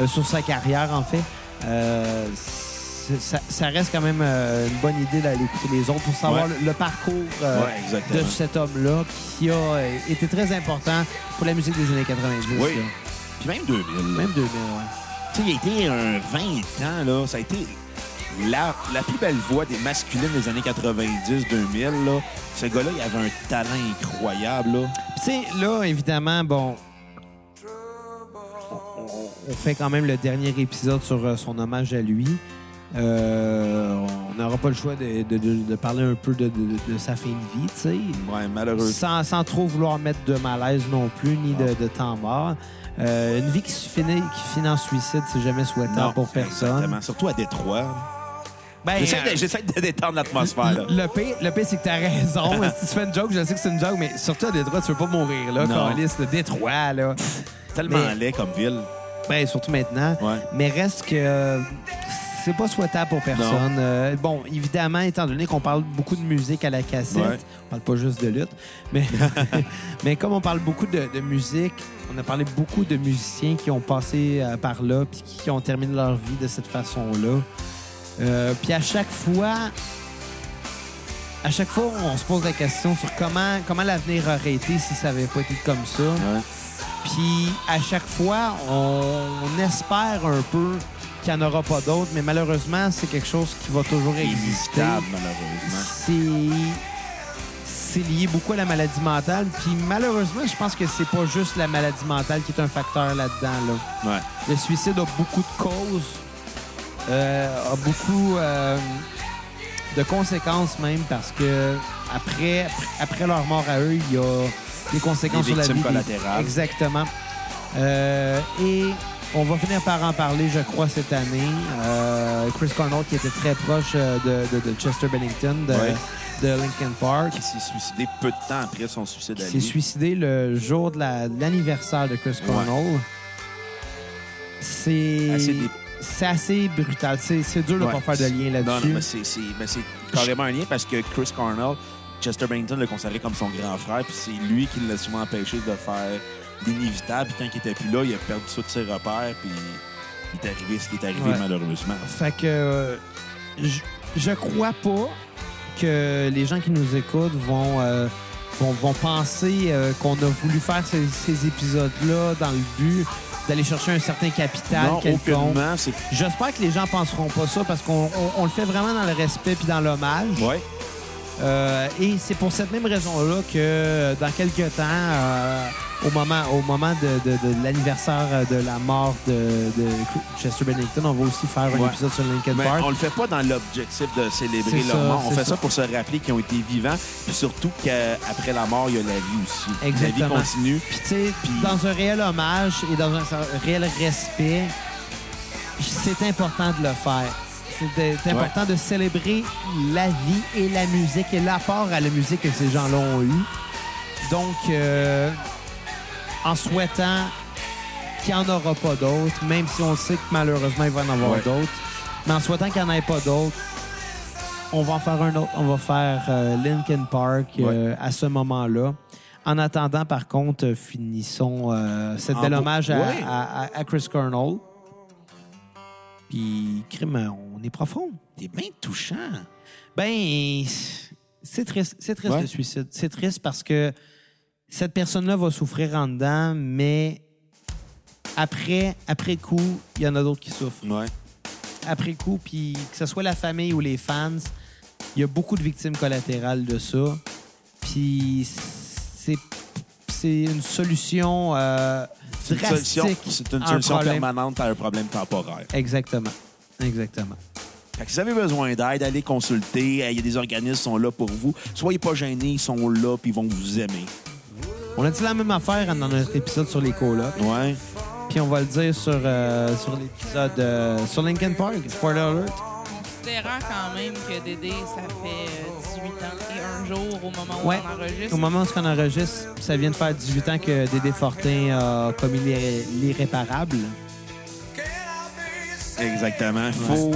euh, sur sa carrière, en fait. Euh, c'est- ça, ça reste quand même euh, une bonne idée d'aller écouter les autres pour savoir
Ouais.
le, le parcours euh,
Ouais, exactement.
de cet homme-là qui a euh, été très important pour la musique des années 90.
Oui.
là.
Puis même 2000. là.
Même 2000, ouais.
Tu sais, il a été un 20 ans, là. Ça a été la, la plus belle voix des masculines des années 90-2000, là. Ce gars-là, il avait un talent incroyable, là.
Puis, tu sais, là, évidemment, bon, on fait quand même le dernier épisode sur euh, son hommage à lui. Euh, on n'aura pas le choix de, de- de- de parler un peu de, de- de sa fin de vie, tu sais.
Ouais, malheureux.
Sans, sans trop vouloir mettre de malaise non plus, ni de, de temps mort. Euh, une vie qui se finit, qui finit en suicide, c'est jamais souhaitable pour personne.
Exactement. Surtout à Détroit.
Ben,
J'essaie
euh,
de, j'essaie de détendre l'atmosphère. là.
le, le pire, le pire, c'est que t'as raison. si tu fais une joke, je sais que c'est une joke, mais surtout à Détroit, tu veux pas mourir, là,
Non.
Carlis, de Détroit, là.
Tellement
mais-
laid comme ville.
Ben, surtout maintenant.
Ouais.
Mais reste que euh, c'est pas souhaitable pour personne. Euh, bon, évidemment, étant donné qu'on parle beaucoup de musique à la cassette,
Ouais.
on parle pas juste de lutte, mais, mais comme on parle beaucoup de, de musique, on a parlé beaucoup de musiciens qui ont passé euh, par là puis qui ont terminé leur vie de cette façon-là. Euh, puis à chaque fois, à chaque fois, on se pose la question sur comment, comment l'avenir aurait été si ça avait pas été comme ça. Puis à chaque fois, on, on espère un peu qu'il n'y en aura pas d'autres, mais malheureusement, c'est quelque chose qui va toujours exister.
Inévitable, malheureusement.
C'est c'est lié beaucoup à la maladie mentale. Puis malheureusement, je pense que c'est pas juste la maladie mentale qui est un facteur là-dedans. là.
Ouais.
Le suicide a beaucoup de causes, euh, a beaucoup euh, de conséquences même parce que après, après leur mort à eux, il y a des conséquences
Des
sur la vie.
victimes
des-
collatérales.
Exactement. Euh, et on va finir par en parler, je crois, cette année. Euh, Chris Cornell, qui était très proche euh, de, de- de Chester Bennington, de,
Ouais.
de Linkin Park,
Il s'est suicidé peu de temps après son suicide
qui
à
s'est
lui.
suicidé le jour de la- de l'anniversaire de Chris Cornell. C'est
Assez dé-
c'est assez brutal. C'est c'est dur de ne
Ouais.
pas faire de lien
Non, non,
là-dessus.
mais c'est, c'est- mais c'est carrément un lien parce que Chris Cornell, Chester Bennington le considérait comme son grand frère, puis c'est lui qui l'a souvent empêché de faire l'inévitable. Puis quand il était plus là, il a perdu tous ses repères, puis il est arrivé ce qui est arrivé
Ouais.
malheureusement.
Fait que euh, je, je crois pas que les gens qui nous écoutent vont, euh, vont, vont penser euh, qu'on a voulu faire ces, ces épisodes-là dans le but d'aller chercher un certain capital
non,
quelconque.
aucunement. C'est
J'espère que les gens penseront pas ça parce qu'on on- on le fait vraiment dans le respect puis dans l'hommage.
ouais.
Euh, et c'est pour cette même raison-là que euh, dans quelques temps, euh, au moment, au moment de, de- de l'anniversaire euh, de la mort de, de Chester Bennington, on va aussi faire un
Ouais.
épisode sur Linkin
Mais
Park.
on le fait pas dans l'objectif de célébrer
C'est
leur
ça,
mort. On
c'est
fait ça.
ça.
pour se rappeler qu'ils ont été vivants, puis surtout qu'après la mort, il y a la vie aussi. La vie
Exactement.
continue.
Puis, tu sais,
Puis-
dans un réel hommage et dans un réel respect, c'est important de le faire. C'est de- c'est important de célébrer la vie et la musique et l'apport à la musique que ces gens-là ont eu. Donc, euh, en souhaitant qu'il n'y en aura pas d'autres, même si on sait que malheureusement, il va en avoir
Ouais.
d'autres, mais en souhaitant qu'il n'y en ait pas d'autres, on va en faire un autre. On va faire euh, Linkin Park euh, à ce moment-là. En attendant, par contre, euh, finissons euh, cet
En
bel
beau-
hommage à,
Ouais.
à- à- à Chris Cornell. Puis, crime, euh, on est profond.
T'es bien touchant.
Ben, c'est triste. C'est triste
Ouais.
le suicide. C'est triste parce que cette personne-là va souffrir en dedans, mais après, après coup, il y en a d'autres qui souffrent.
Ouais.
Après coup, puis que ce soit la famille ou les fans, il y a beaucoup de victimes collatérales de ça. Puis c'est c'est une solution euh,
C'est une
drastique.
solution, c'est une
à un
solution
problème.
permanente à un problème temporaire.
Exactement. Exactement.
Fait que si vous avez besoin d'aide, allez consulter. Il y a des organismes qui sont là pour vous. Soyez pas gênés, ils sont là puis ils vont vous aimer.
On a dit la même affaire dans notre épisode sur les colocs.
Ouais.
Puis on va le dire sur, euh, sur l'épisode euh, sur Linkin Park, spoiler alert.
Considérant quand même que Dédé, ça fait euh, 18 ans et un jour au moment où
Ouais.
on enregistre.
Au moment où on enregistre, ça vient de faire 18 ans que Dédé Fortin a commis l'irré- l'irréparable.
Exactement. Faut,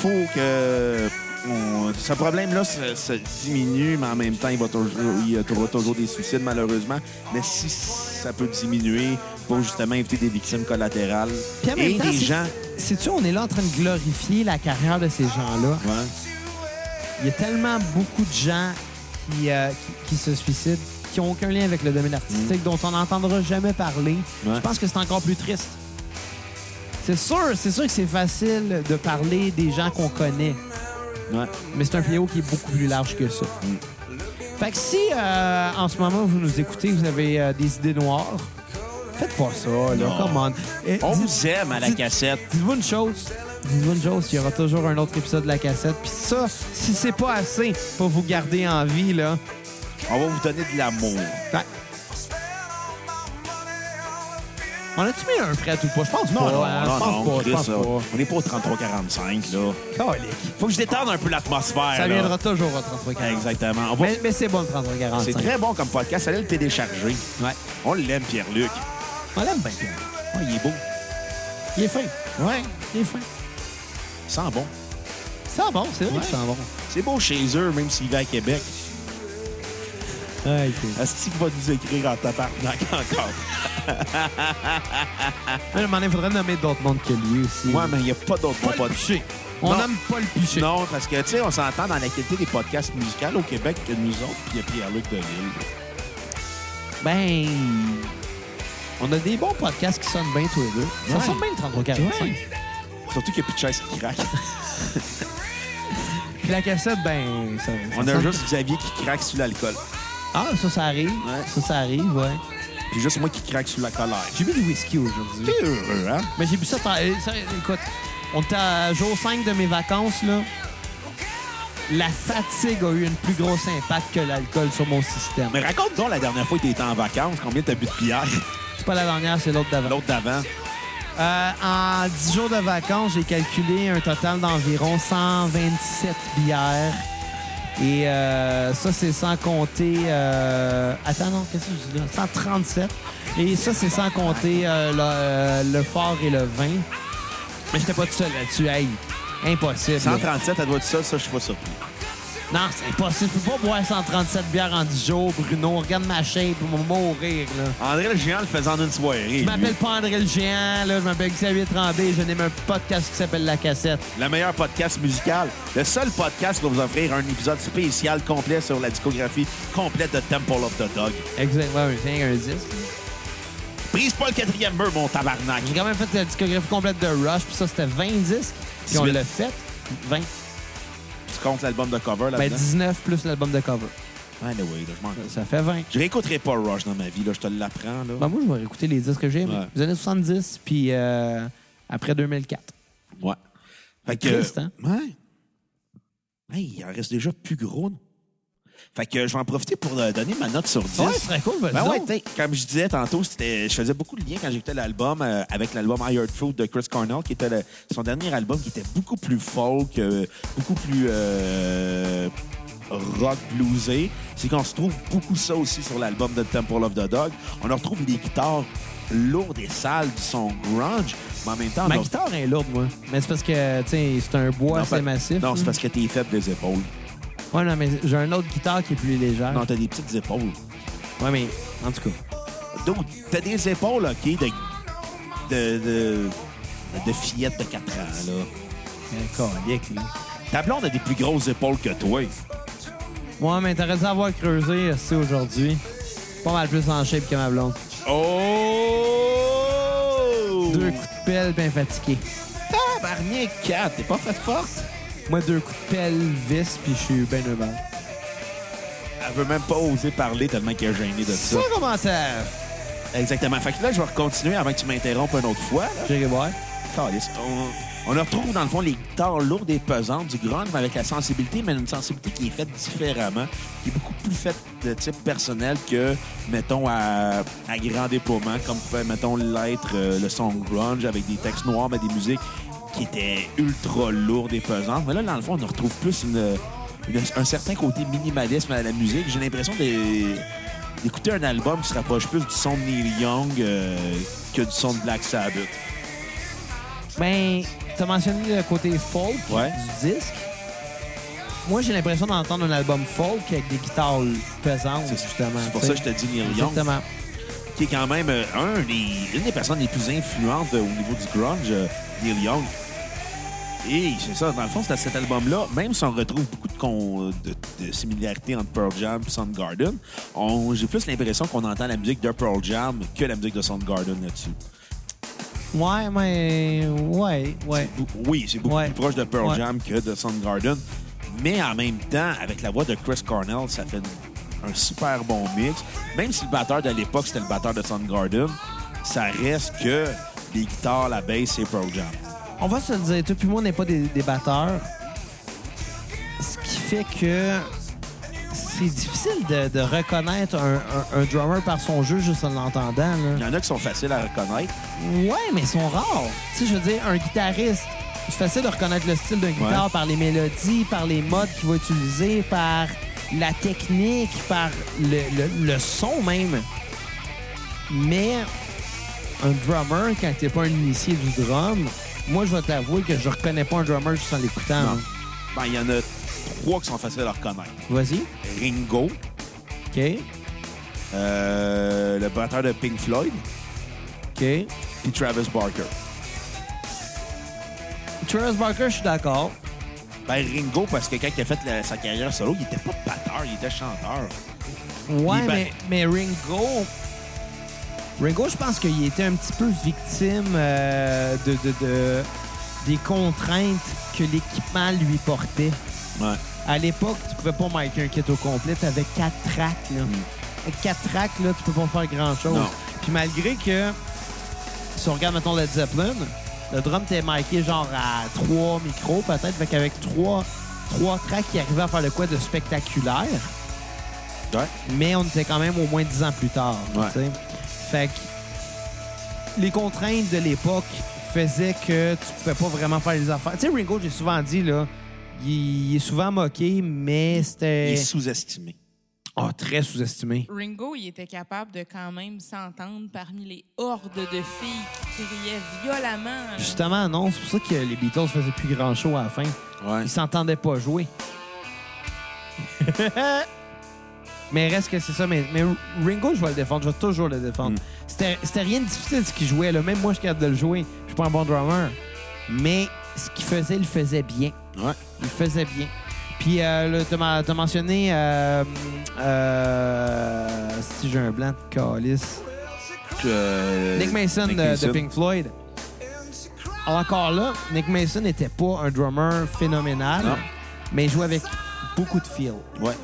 faut que on- ce problème-là se, se diminue, mais en même temps, il, va toujours, il y aura toujours des suicides, malheureusement. Mais si ça peut diminuer pour justement éviter des victimes collatérales
Puis en même
et
temps,
des
c'est-
gens.
Sais-tu, on est là en train de glorifier la carrière de ces gens-là.
Ouais.
Il y a tellement beaucoup de gens qui, euh, qui, qui se suicident, qui n'ont aucun lien avec le domaine artistique, dont on n'entendra jamais parler.
Ouais.
Je pense que c'est encore plus triste. C'est sûr, c'est sûr que c'est facile de parler des gens qu'on connaît.
Ouais.
mais c'est un fléau qui est beaucoup plus large que ça. Fait que si euh, en ce moment vous nous écoutez, vous avez euh, des idées noires, faites pas ça, là,
Non.
come on. Eh,
On
dis-
vous aime à la
dis-
cassette.
Dites-vous une chose, dites-vous une chose, il y aura toujours un autre épisode de la cassette. Puis ça, si c'est pas assez pour vous garder en vie, là, ben,
On va vous donner de l'amour.
fait- On a-tu mis un fret ou pas? Je pense pas. hein, je pense pas, je
Chris,
pense
là,
pas.
on n'est pas au 33-45, là.
Colique.
Faut que je détende un peu l'atmosphère.
Ça
là.
viendra toujours au 33 40.
Exactement. On va-
Mais, mais c'est bon le 33 40.
C'est très bon comme podcast. Allez le télécharger.
Ouais.
On l'aime, Pierre-Luc.
On l'aime bien, Pierre.
Oh, il est beau.
Il est fin. Ouais, il est fin.
Il sent bon.
Ça sent bon, c'est vrai
Ouais.
que ça sent bon.
C'est beau chez eux, même s'il va à Québec. Est-ce qu'il va nous écrire en tabarnak encore?
Mais à un moment donné, il faudrait nommer d'autres mondes que lui aussi.
Ouais, mais il n'y a pas d'autres bons
pas le
podcasts.
piché. On
Non.
n'aime pas le piché.
Non, parce que, tu sais, on s'entend dans la qualité des podcasts musicaux au Québec que nous autres, puis il y a Pierre-Luc Deville.
Ben... On a des bons podcasts qui sonnent bien tous les deux. Ça
Ouais.
sonne bien le 3345.
Surtout qu'il n'y a plus de chaise qui craque.
Puis la cassette, ben... Ça, ça
On a
sonne-
juste Xavier qui craque sous l'alcool.
Ah, ça, ça arrive.
Ouais.
Ça, ça arrive, ouais.
Puis juste moi qui craque sous la colère.
J'ai bu du whisky aujourd'hui.
T'es heureux, hein?
Mais j'ai bu ça... par- euh, ça, écoute, on était à jour 5 de mes vacances, là. La fatigue a eu un plus gros impact que l'alcool sur mon système.
Mais raconte donc la dernière fois que t'étais en vacances, combien t'as bu de bière?
C'est pas la dernière, c'est l'autre d'avant.
L'autre d'avant.
Euh, en 10 jours de vacances, j'ai calculé un total d'environ 127 bières. Et euh, ça, c'est sans compter... euh, Attends, non, qu'est-ce que je dis là? 137. Et ça, c'est sans compter euh, le, euh, le fort et le vin. Mais j'étais pas tout seul là-dessus. Hey, impossible. là.
137, elle doit être seule, ça, je suis pas surpris.
Non, c'est impossible. Je peux pas boire 137 bières en 10 jours, Bruno. Regarde ma shape, je vais mourir, là.
André le géant le faisait en une soirée.
Je
lui.
m'appelle pas André le Géant, là. Je m'appelle Xavier Tremblay. Je n'aime un podcast qui s'appelle La Cassette.
Le meilleur podcast musical. Le seul podcast qui va vous offrir un épisode spécial complet sur la discographie complète de Temple of the Dog.
Exactement, c'est rien qu'un disque.
Brise pas le quatrième mur, mon tabarnak.
J'ai quand même fait la discographie complète de Rush, puis ça, c'était 20 disques. Puis on
18.
l'a fait. 20.
Tu comptes l'album de cover
Ben,
là-dedans?
19 plus l'album de cover.
Anyway, là, je m'en-
Ça fait 20.
Je réécouterai pas Rush dans ma vie, là, je te l'apprends. Là.
Ben, moi, je vais réécouter les disques que j'ai. aimés.
Ouais.
Les années 70, puis euh, après 2004.
Ouais. Fait que.
Triste, hein?
Ouais. Hey, il en reste déjà plus gros. non? Fait que je vais en profiter pour euh, donner ma note sur 10.
Ouais, ce serait cool, vas-y
Ben
donc.
ouais, t'sais, comme je disais tantôt, c'était- je faisais beaucoup de liens quand j'écoutais l'album euh, avec l'album Hired Fruit de Chris Cornell, qui était le- son dernier album, qui était beaucoup plus folk, euh, beaucoup plus euh, rock bluesé. C'est qu'on se trouve beaucoup ça aussi sur l'album de Temple of the Dog. On en retrouve des guitares lourdes et sales du son grunge, mais en même temps... on
Ma
en-
guitare est lourde, moi. Mais c'est parce que, tu sais, c'est un bois
Ah, Non,
assez
pas-
massif.
Non, c'est
là.
parce que t'es faible des épaules.
Ouais, non, mais j'ai un autre guitare qui est plus légère.
Non, t'as des petites épaules.
Ouais, mais en tout cas.
Donc, t'as des épaules, OK, de, de, de, de fillette de 4 ans, là.
Calique, là.
Ta blonde a des plus grosses épaules que toi.
Ouais, mais t'aurais dû avoir creusé, c'est aujourd'hui. Pas mal plus en shape que ma blonde.
Oh!
Deux coups de pelle bien fatigué.
Tabarnak, 4. T'es pas faite forte?
Moi, deux coups de pelle, vis, puis je suis ben heureux.
Elle veut même pas oser parler tellement qu'elle est gênée de ça.
Ça, commentaire!
Exactement. Fait que là, je vais continuer avant que tu m'interrompes une autre fois. là.
J'ai voir.
Calisse. On, on retrouve dans le fond les guitares lourdes et pesantes du grunge, mais avec la sensibilité, mais une sensibilité qui est faite différemment, qui est beaucoup plus faite de type personnel que, mettons, à, à grand déploiement, comme pouvait, mettons, l'être euh, le son grunge avec des textes noirs, mais des musiques qui étaient ultra lourdes et pesantes. Mais là, dans le fond, on retrouve plus une- une- un certain côté minimalisme à la musique. J'ai l'impression des- d'écouter un album qui se rapproche plus du son de Neil Young euh, que du son de Black Sabbath.
Ben, t'as mentionné le côté folk
Ouais.
du disque. Moi, j'ai l'impression d'entendre un album folk avec des guitares pesantes,
C'est-
justement.
C'est pour
tu
ça
sais.
que je te dis Neil Young,
Exactement.
qui est quand même euh, un des- une des personnes les plus influentes euh, au niveau du grunge, euh, Neil Young. Et c'est ça, dans le fond, c'est à cet album-là, même si on retrouve beaucoup de, con- euh, de- de similarités entre Pearl Jam et Soundgarden, on- j'ai plus l'impression qu'on entend la musique de Pearl Jam que la musique de Soundgarden là-dessus.
Ouais, mais. Ouais, ouais.
Ou- Oui, c'est beaucoup
Ouais.
plus proche de Pearl
Ouais.
Jam que de Soundgarden. Mais en même temps, avec la voix de Chris Cornell, ça fait une- un super bon mix. Même si le batteur de l'époque, c'était le batteur de Soundgarden, ça reste que les guitares, la bass et Pearl Jam.
On va se le dire, toi puis moi, on n'est pas des, des batteurs. Ce qui fait que c'est difficile de, de reconnaître un, un- un drummer par son jeu juste en l'entendant.
Il y
là.
en a qui sont faciles à reconnaître.
Ouais, mais ils sont rares. Tu sais, je veux dire, un guitariste, c'est facile de reconnaître le style d'un guitare par les mélodies, par les modes qu'il va utiliser, par la technique, par le, le- le son même. Mais un drummer, quand t'es pas un initié du drum, moi, je vais t'avouer que je reconnais pas un drummer juste en l'écoutant.
Non.
hein.
Ben, il y en a trois qui sont faciles à reconnaître.
Vas-y.
Ringo,
OK.
euh, le batteur de Pink Floyd,
OK.
puis Travis Barker.
Travis Barker, je suis d'accord.
Ben, Ringo, parce que quand il a fait la- sa carrière solo, il était pas batteur, il était chanteur.
Ouais,
Il
mais,
bat-
mais Ringo. Ringo, je pense qu'il était un petit peu victime euh, de, de- de- des contraintes que l'équipement lui portait.
Ouais.
À l'époque, tu pouvais pas maker un kit au complet, t'avais quatre tracks. Là. Avec quatre tracks, là, tu peux pas faire grand-chose.
Mm. Non.
Puis malgré que, si on regarde, mettons, Led Zeppelin, le drum t'es marqué genre à trois micros, peut-être, fait qu'avec trois, trois tracks, il arrivait à faire le quoi de spectaculaire
Ouais.
mais on était quand même au moins 10 ans plus tard.
Ouais.
tu sais. Fait que les contraintes de l'époque faisaient que tu pouvais pas vraiment faire les affaires. Tu sais, Ringo, j'ai souvent dit, là, il, il est souvent moqué, mais
Il
c'était
est sous-estimé.
Ah, très sous-estimé.
Ringo, il était capable de quand même s'entendre parmi les hordes de filles qui criaient violemment. euh, là.
Justement, non, c'est pour ça que les Beatles faisaient plus grand show à la fin.
Ouais.
Ils s'entendaient pas jouer. mais reste que c'est ça. Mais, mais Ringo, je vais le défendre. Je vais toujours le défendre.
Mm.
C'était c'était rien de difficile ce qu'il jouait. là. Même moi, je suis capable de le jouer. Je suis pas un bon drummer. Mais ce qu'il faisait, il le faisait bien.
Ouais.
Il faisait bien. Puis, euh, là, t'as men- t'as mentionné. Euh, euh, si j'ai un blanc de calice.
Euh,
Nick Mason de- de, Pink Floyd. Encore là, Nick Mason n'était pas un drummer phénoménal,
Non.
mais il jouait avec beaucoup de feel.
Ouais.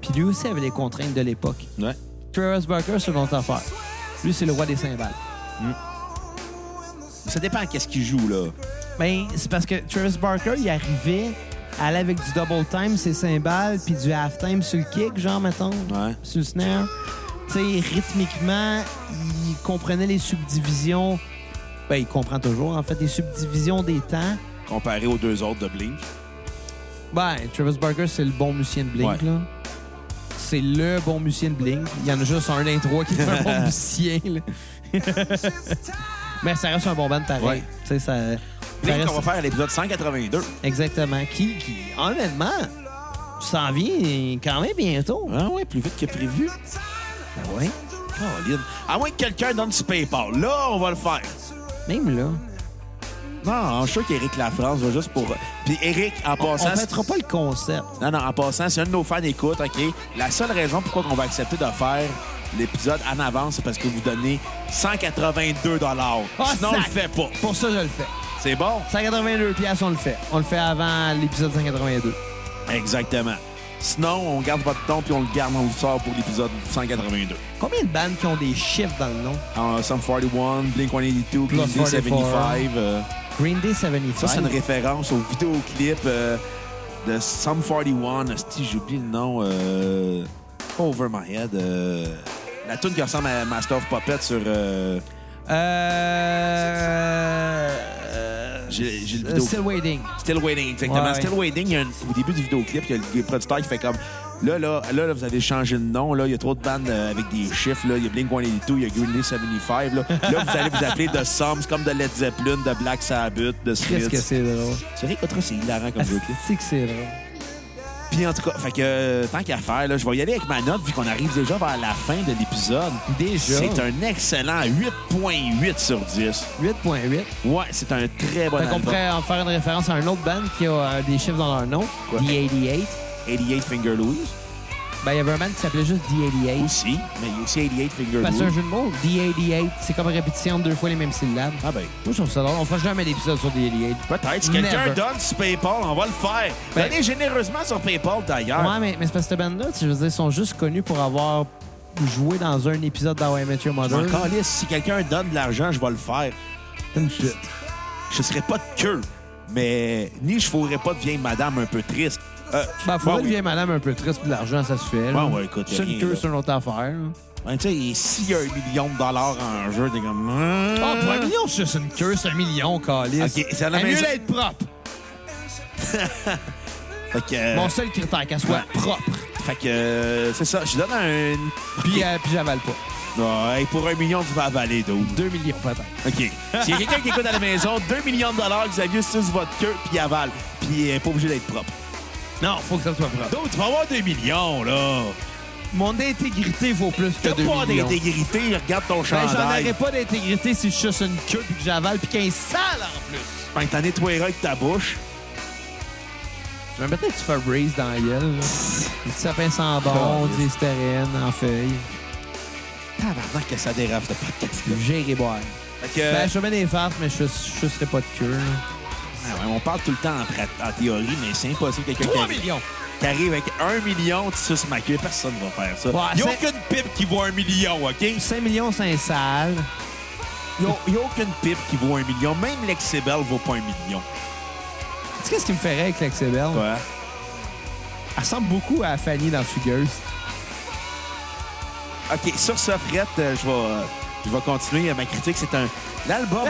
Puis lui aussi avait les contraintes de l'époque.
Ouais.
Travis Barker, c'est une autre affaire. Lui, c'est le roi des cymbales.
Ça dépend à qu'est-ce qu'il joue, là.
Ben, c'est parce que Travis Barker, il arrivait à aller avec du double time, ses cymbales, puis du half time sur le kick, genre, mettons,
Ouais.
sur le snare. Tu sais, rythmiquement, il comprenait les subdivisions. Ben, il comprend toujours, en fait, les subdivisions des temps.
Comparé aux deux autres de Blink.
Ben, Travis Barker, c'est le bon musicien de Blink,
Ouais.
là. C'est le bon musicien de Blink. Il y en a juste un d'un trois qui est un bon musicien, là. Mais ça reste un bon band pareil.
Ouais.
Tu sais, ça, ça
Blink,
reste-
on va faire à l'épisode 182.
Exactement. Qui, qui honnêtement, s'en vient quand même bientôt.
Ah ouais, plus vite que prévu.
Ben ouais.
Caroline. À moins que quelqu'un donne du PayPal. Là, on va le faire.
Même là.
Non, je suis sûr qu'Éric Lafrance va juste pour. euh, Puis Éric, en
On
passant.
ne mettra pas le concept.
Non, non, en passant, si un de nos fans écoute, OK, la seule raison pourquoi on va accepter de faire l'épisode en avance, c'est parce que vous donnez 182
Ah,
Sinon, on le
sac!
fait pas.
Pour ça, je le fais.
C'est bon?
182 pièces, on le fait. On le fait avant l'épisode 182.
Exactement. Sinon, on garde votre ton puis on le garde, on le sort pour l'épisode 182.
Combien de bandes qui ont des chiffres dans le nom?
En Ah, Sum 41, Blink 182,
Plus
Blink 75. euh,
Green Day 75.
ça, c'est une référence au vidéoclip euh, de Sum 41. Asti, j'oublie le nom. euh, Over My Head. euh, la tune qui ressemble à Master of Puppets sur. euh,
Euh...
J'ai- j'ai le
euh,
vidéo.
Still Waiting.
Still Waiting, exactement.
Ouais, ouais.
Still Waiting, il y a un- au début du vidéoclip, il y a le producteur qui fait comme là, là, là, là, vous avez changé de nom, là, il y a trop de bandes euh, avec des chiffres, là, il y a Blink 182, il y a Green Day 75, là. là, vous allez vous appeler The Sums, comme de Led Zeppelin, de Black Sabbath, de
Qu'est-ce
Smith.
que c'est drôle?
Tu réécouteras, c'est hilarant comme vidéoclip.
C'est que c'est drôle.
Puis en tout cas, fait que euh, tant qu'à faire, là, je vais y aller avec ma note vu qu'on arrive déjà vers la fin de l'épisode.
Déjà.
C'est un excellent 8.8 sur 10.
8.8.
Ouais, c'est un très bon
Fait qu'on
album.
pourrait en faire une référence à un autre band qui a euh, des chiffres dans leur nom,
Quoi?
D88.
88 Finger Louise
Ben, il y avait un band qui s'appelait juste D88.
aussi, mais il y a aussi 88 Finger
Parce que c'est un
Louise.
jeu de mots, D88, c'est comme répétition de deux fois les mêmes syllabes.
Ah ben,
Moi, je trouve ça drôle. On fera jamais d'épisode sur D88.
Peut-être. Si quelqu'un
Never.
donne sur PayPal, on va le faire.
Ben-
Donnez généreusement sur PayPal d'ailleurs.
Ouais, mais, mais c'est parce que cette band-là, tu sais, je veux dire, ils sont juste connus pour avoir joué dans un épisode d'Hawaii Met Your
Je m'en
Mother.
calisse. Si quelqu'un donne de l'argent, je vais le faire.
Une chute.
Je serai pas de queue, mais ni je fourrais pas de vieille madame un peu triste. Euh,
Ben, faut
bon,
que
oui.
vieille madame un peu triste de l'argent, ça se fait. là.
Ouais, ouais, écoute,
C'est
rien,
une
là.
queue, c'est une autre affaire. là.
Ouais, ben, tu sais, et s'il y a un million de dollars en jeu, t'es comme.
Ah, pour un million, c'est une queue, c'est un million, Calis.
Ok, c'est à la
mieux
maison.
d'être propre.
Fait que, euh,
Mon seul critère, qu'elle soit
ouais.
propre.
fait que euh, c'est ça. Je donne un.
Puis, euh, puis j'avale pas.
Ouais, pour un million, tu vas avaler, d'autres.
2 millions peut-être.
OK. S'il y a quelqu'un qui écoute à la maison, 2 millions de dollars, Xavier, sur votre queue, puis il avale. Puis il est pas obligé d'être propre.
Non, faut que ça soit propre.
D'autres, tu vas avoir 2 millions, là.
Mon intégrité vaut plus que
T'as
2
pas
millions.
d'intégrité, regarde ton
Ben,
chandail.
j'en aurais pas d'intégrité si je suce une queue puis que j'avale puis qu'elle est sale en plus.
Ben, t'en nettoieras avec ta bouche.
Je vais peut-être faire Breeze dans la gueule. là. Des petits sapins sans bon,
Caliste.
des hystériennes en feuilles.
Tabarnak que ça dérape, ce podcast-là.
J'ai boire.
Fait que,
Ben, je fais bien des farces, mais je je sucerai pas de queue. là.
ah ouais, on parle tout le temps en, prat- en théorie, mais c'est impossible. que Quelqu'un
3
qui,
millions!
qui arrive avec 1 million, tu suces ma queue. Personne va faire ça.
Ouais,
y a
c'est-
aucune pipe qui vaut 1 million, OK?
5 millions, c'est sale.
Il n'y a, aucune pipe qui vaut 1 million. Même l'Excibel vaut pas 1 million.
Tu sais qu'est-ce qui me ferait avec l'Axebel?
Quoi?
Elle ressemble beaucoup à Fanny dans Fugueuse.
OK, sur ce, Fred, euh, je vais euh, je vais continuer euh, ma critique. C'est un... L'album...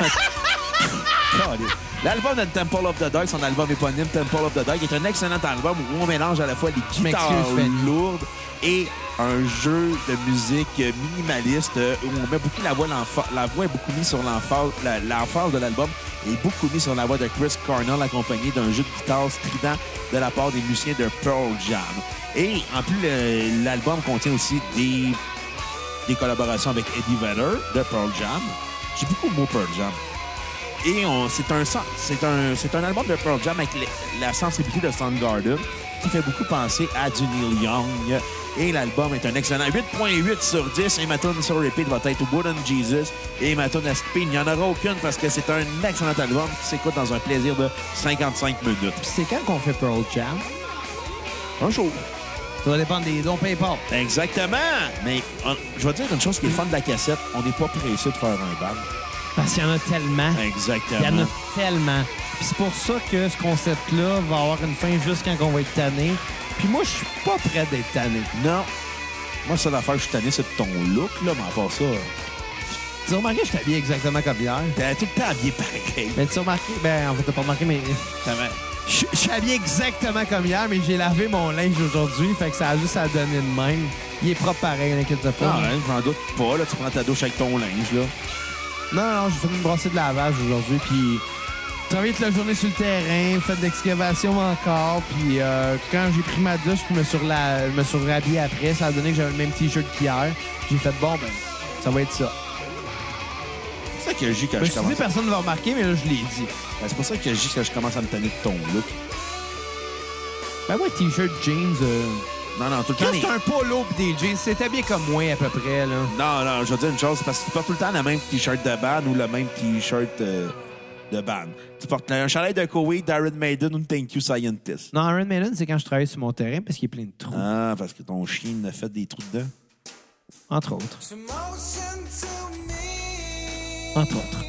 Caliste. L'album de Temple of the Dog, son album éponyme Temple of the Dog, est un excellent album où on mélange à la fois les
m'excuse,
guitares
Fanny.
lourdes et un jeu de musique euh, minimaliste euh, où on met beaucoup la voix, l'enfa- la voix est beaucoup mise sur l'emphase, la- l'emphase de l'album est beaucoup mise sur la voix de Chris Cornell accompagné d'un jeu de guitare strident de la part des musiciens de Pearl Jam. Et en plus, le- l'album contient aussi des, des collaborations avec Eddie Vedder de Pearl Jam. J'ai beaucoup le mot Pearl Jam. Et on- c'est un, son- c'est un, c'est un album de Pearl Jam avec le- la sensibilité de Soundgarden qui fait beaucoup penser à du Neil Young. Et l'album est un excellent 8.8 sur 10. Et ma tune sur repeat va être Wooden Jesus. Et ma tune à spin, il n'y en aura aucune parce que c'est un excellent album qui s'écoute dans un plaisir de 55 minutes.
C'est quand qu'on fait Pearl Jam?
Un jour.
Ça va dépendre des dons PayPal.
Exactement. Mais on- je vais te dire une chose qui est le fun de la cassette. On n'est pas pressé de faire un band.
Parce qu'il y en a tellement.
Exactement.
Il y en a tellement. Puis c'est pour ça que ce concept-là va avoir une fin juste quand on va être tanné. Puis moi, je suis pas prêt d'être tanné.
Non. Moi, c'est l'affaire que je suis tanné, c'est de ton look, là, mais à part ça,
Tu as remarqué que je t'habille exactement comme hier?
t'es tout le temps habillé pareil.
Mais tu as remarqué? Ben, en fait, t'as pas remarqué, mais
Ça m'a-
je je suis habillé exactement comme hier, mais j'ai lavé mon linge aujourd'hui, fait que ça a juste à donner de même. Il est propre pareil, n'inquiète pas.
Non, hein, je m'en doute pas, là, tu prends ta douche avec ton linge, là.
Non, non, j'ai fait une brassée de lavage aujourd'hui, puis travaillé toute la journée sur le terrain, fait de l'excavation encore, puis euh, quand j'ai pris ma douche, puis me sur la, me suis rhabillé après, ça a donné que j'avais le même t-shirt qu'hier. J'ai fait bon, ben, ça va être ça.
C'est pour ça que je dis que
Je me
je
suis dit,
commence.
personne ne va remarquer, mais là, je l'ai dit.
Ben, c'est pour ça que je dis que je commence à me tanner de ton look.
Ben ouais, t-shirt, jeans. Euh...
Non, non, tout le
Quand
temps. les-
c'est un polo pis des jeans, c'est habillé comme moi à peu près, là.
Non, non, je vais dire une chose, parce que tu portes tout le temps le même t-shirt de band ou le même t-shirt euh, de band. Tu portes un chalet de Koweït, d'Iron Maiden ou de Thank You Scientist.
Non, Iron Maiden, c'est quand je travaille sur mon terrain parce qu'il est plein de trous,
Ah, parce que ton chien a fait des trous dedans. Ah.
entre autres.
Motion to me.
Entre autres.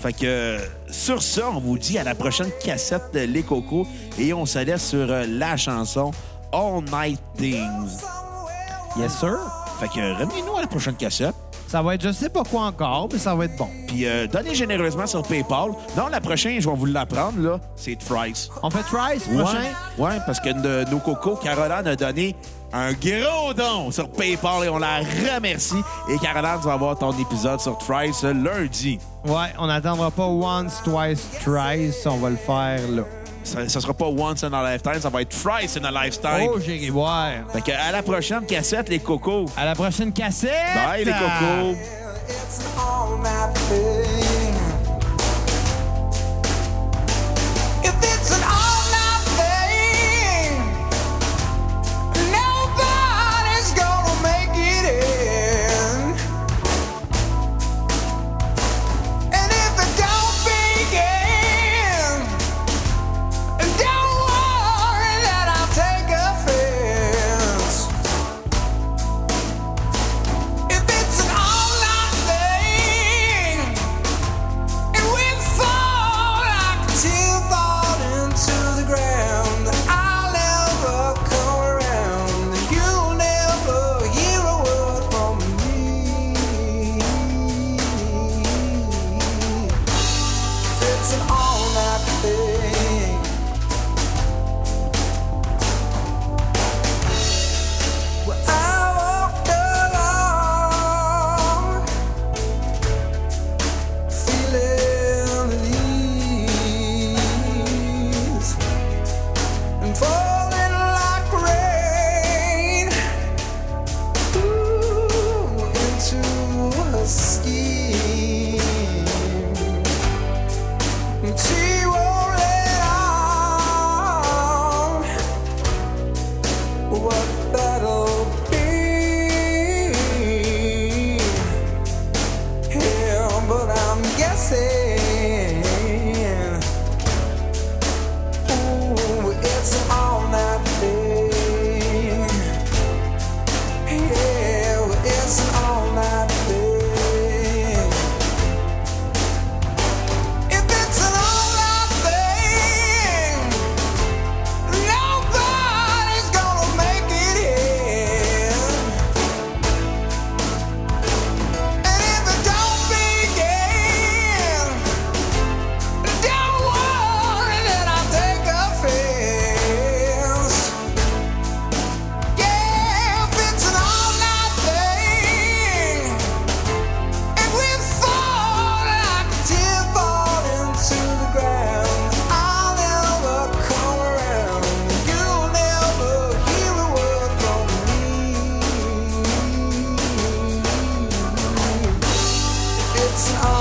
Fait que euh, sur ça, on vous dit à la prochaine cassette de Les Cocos et on se laisse sur euh, la chanson All Night Things.
Yes, sir.
Fait que euh, revenez-nous à la prochaine cassette.
Ça va être je sais pas quoi encore, mais ça va être bon.
Puis euh, donnez généreusement sur PayPal. Non, la prochaine, je vais vous l'apprendre, là, c'est Trice.
On fait Trice,
Ouais,
prochain.
ouais, parce que de nos cocos, Caroline a donné un gros don sur PayPal et on la remercie. Et Caroline, tu vas avoir ton épisode sur Trice euh, lundi.
Ouais, on n'attendra pas once, twice, thrice. On va le faire là.
Ça, ça sera pas Once in a Lifetime, ça va être Trice in a Lifetime.
Oh, j'ai voir.
Fait que à la prochaine cassette, les cocos.
À la prochaine cassette!
Bye, les cocos.
It's an all night thing. If it's an all night thing, nobody's gonna make it in. And if it don't begin, don't worry that I'll take offense. If it's an all-night thing, and we fall like a tear fall into the ground, I'll never come around. You'll never hear a word from me. If it's an all-night thing. I walked along, feeling the leaves and falling like rain Ooh, into a scheme. And she won't let on what that'll be. Yeah, but I'm guessing. Ooh, it's an all-night thing. Yeah, it's an all-night thing. If it's an all-night thing. Nobody's gonna make it in. And if it don't begin, it's all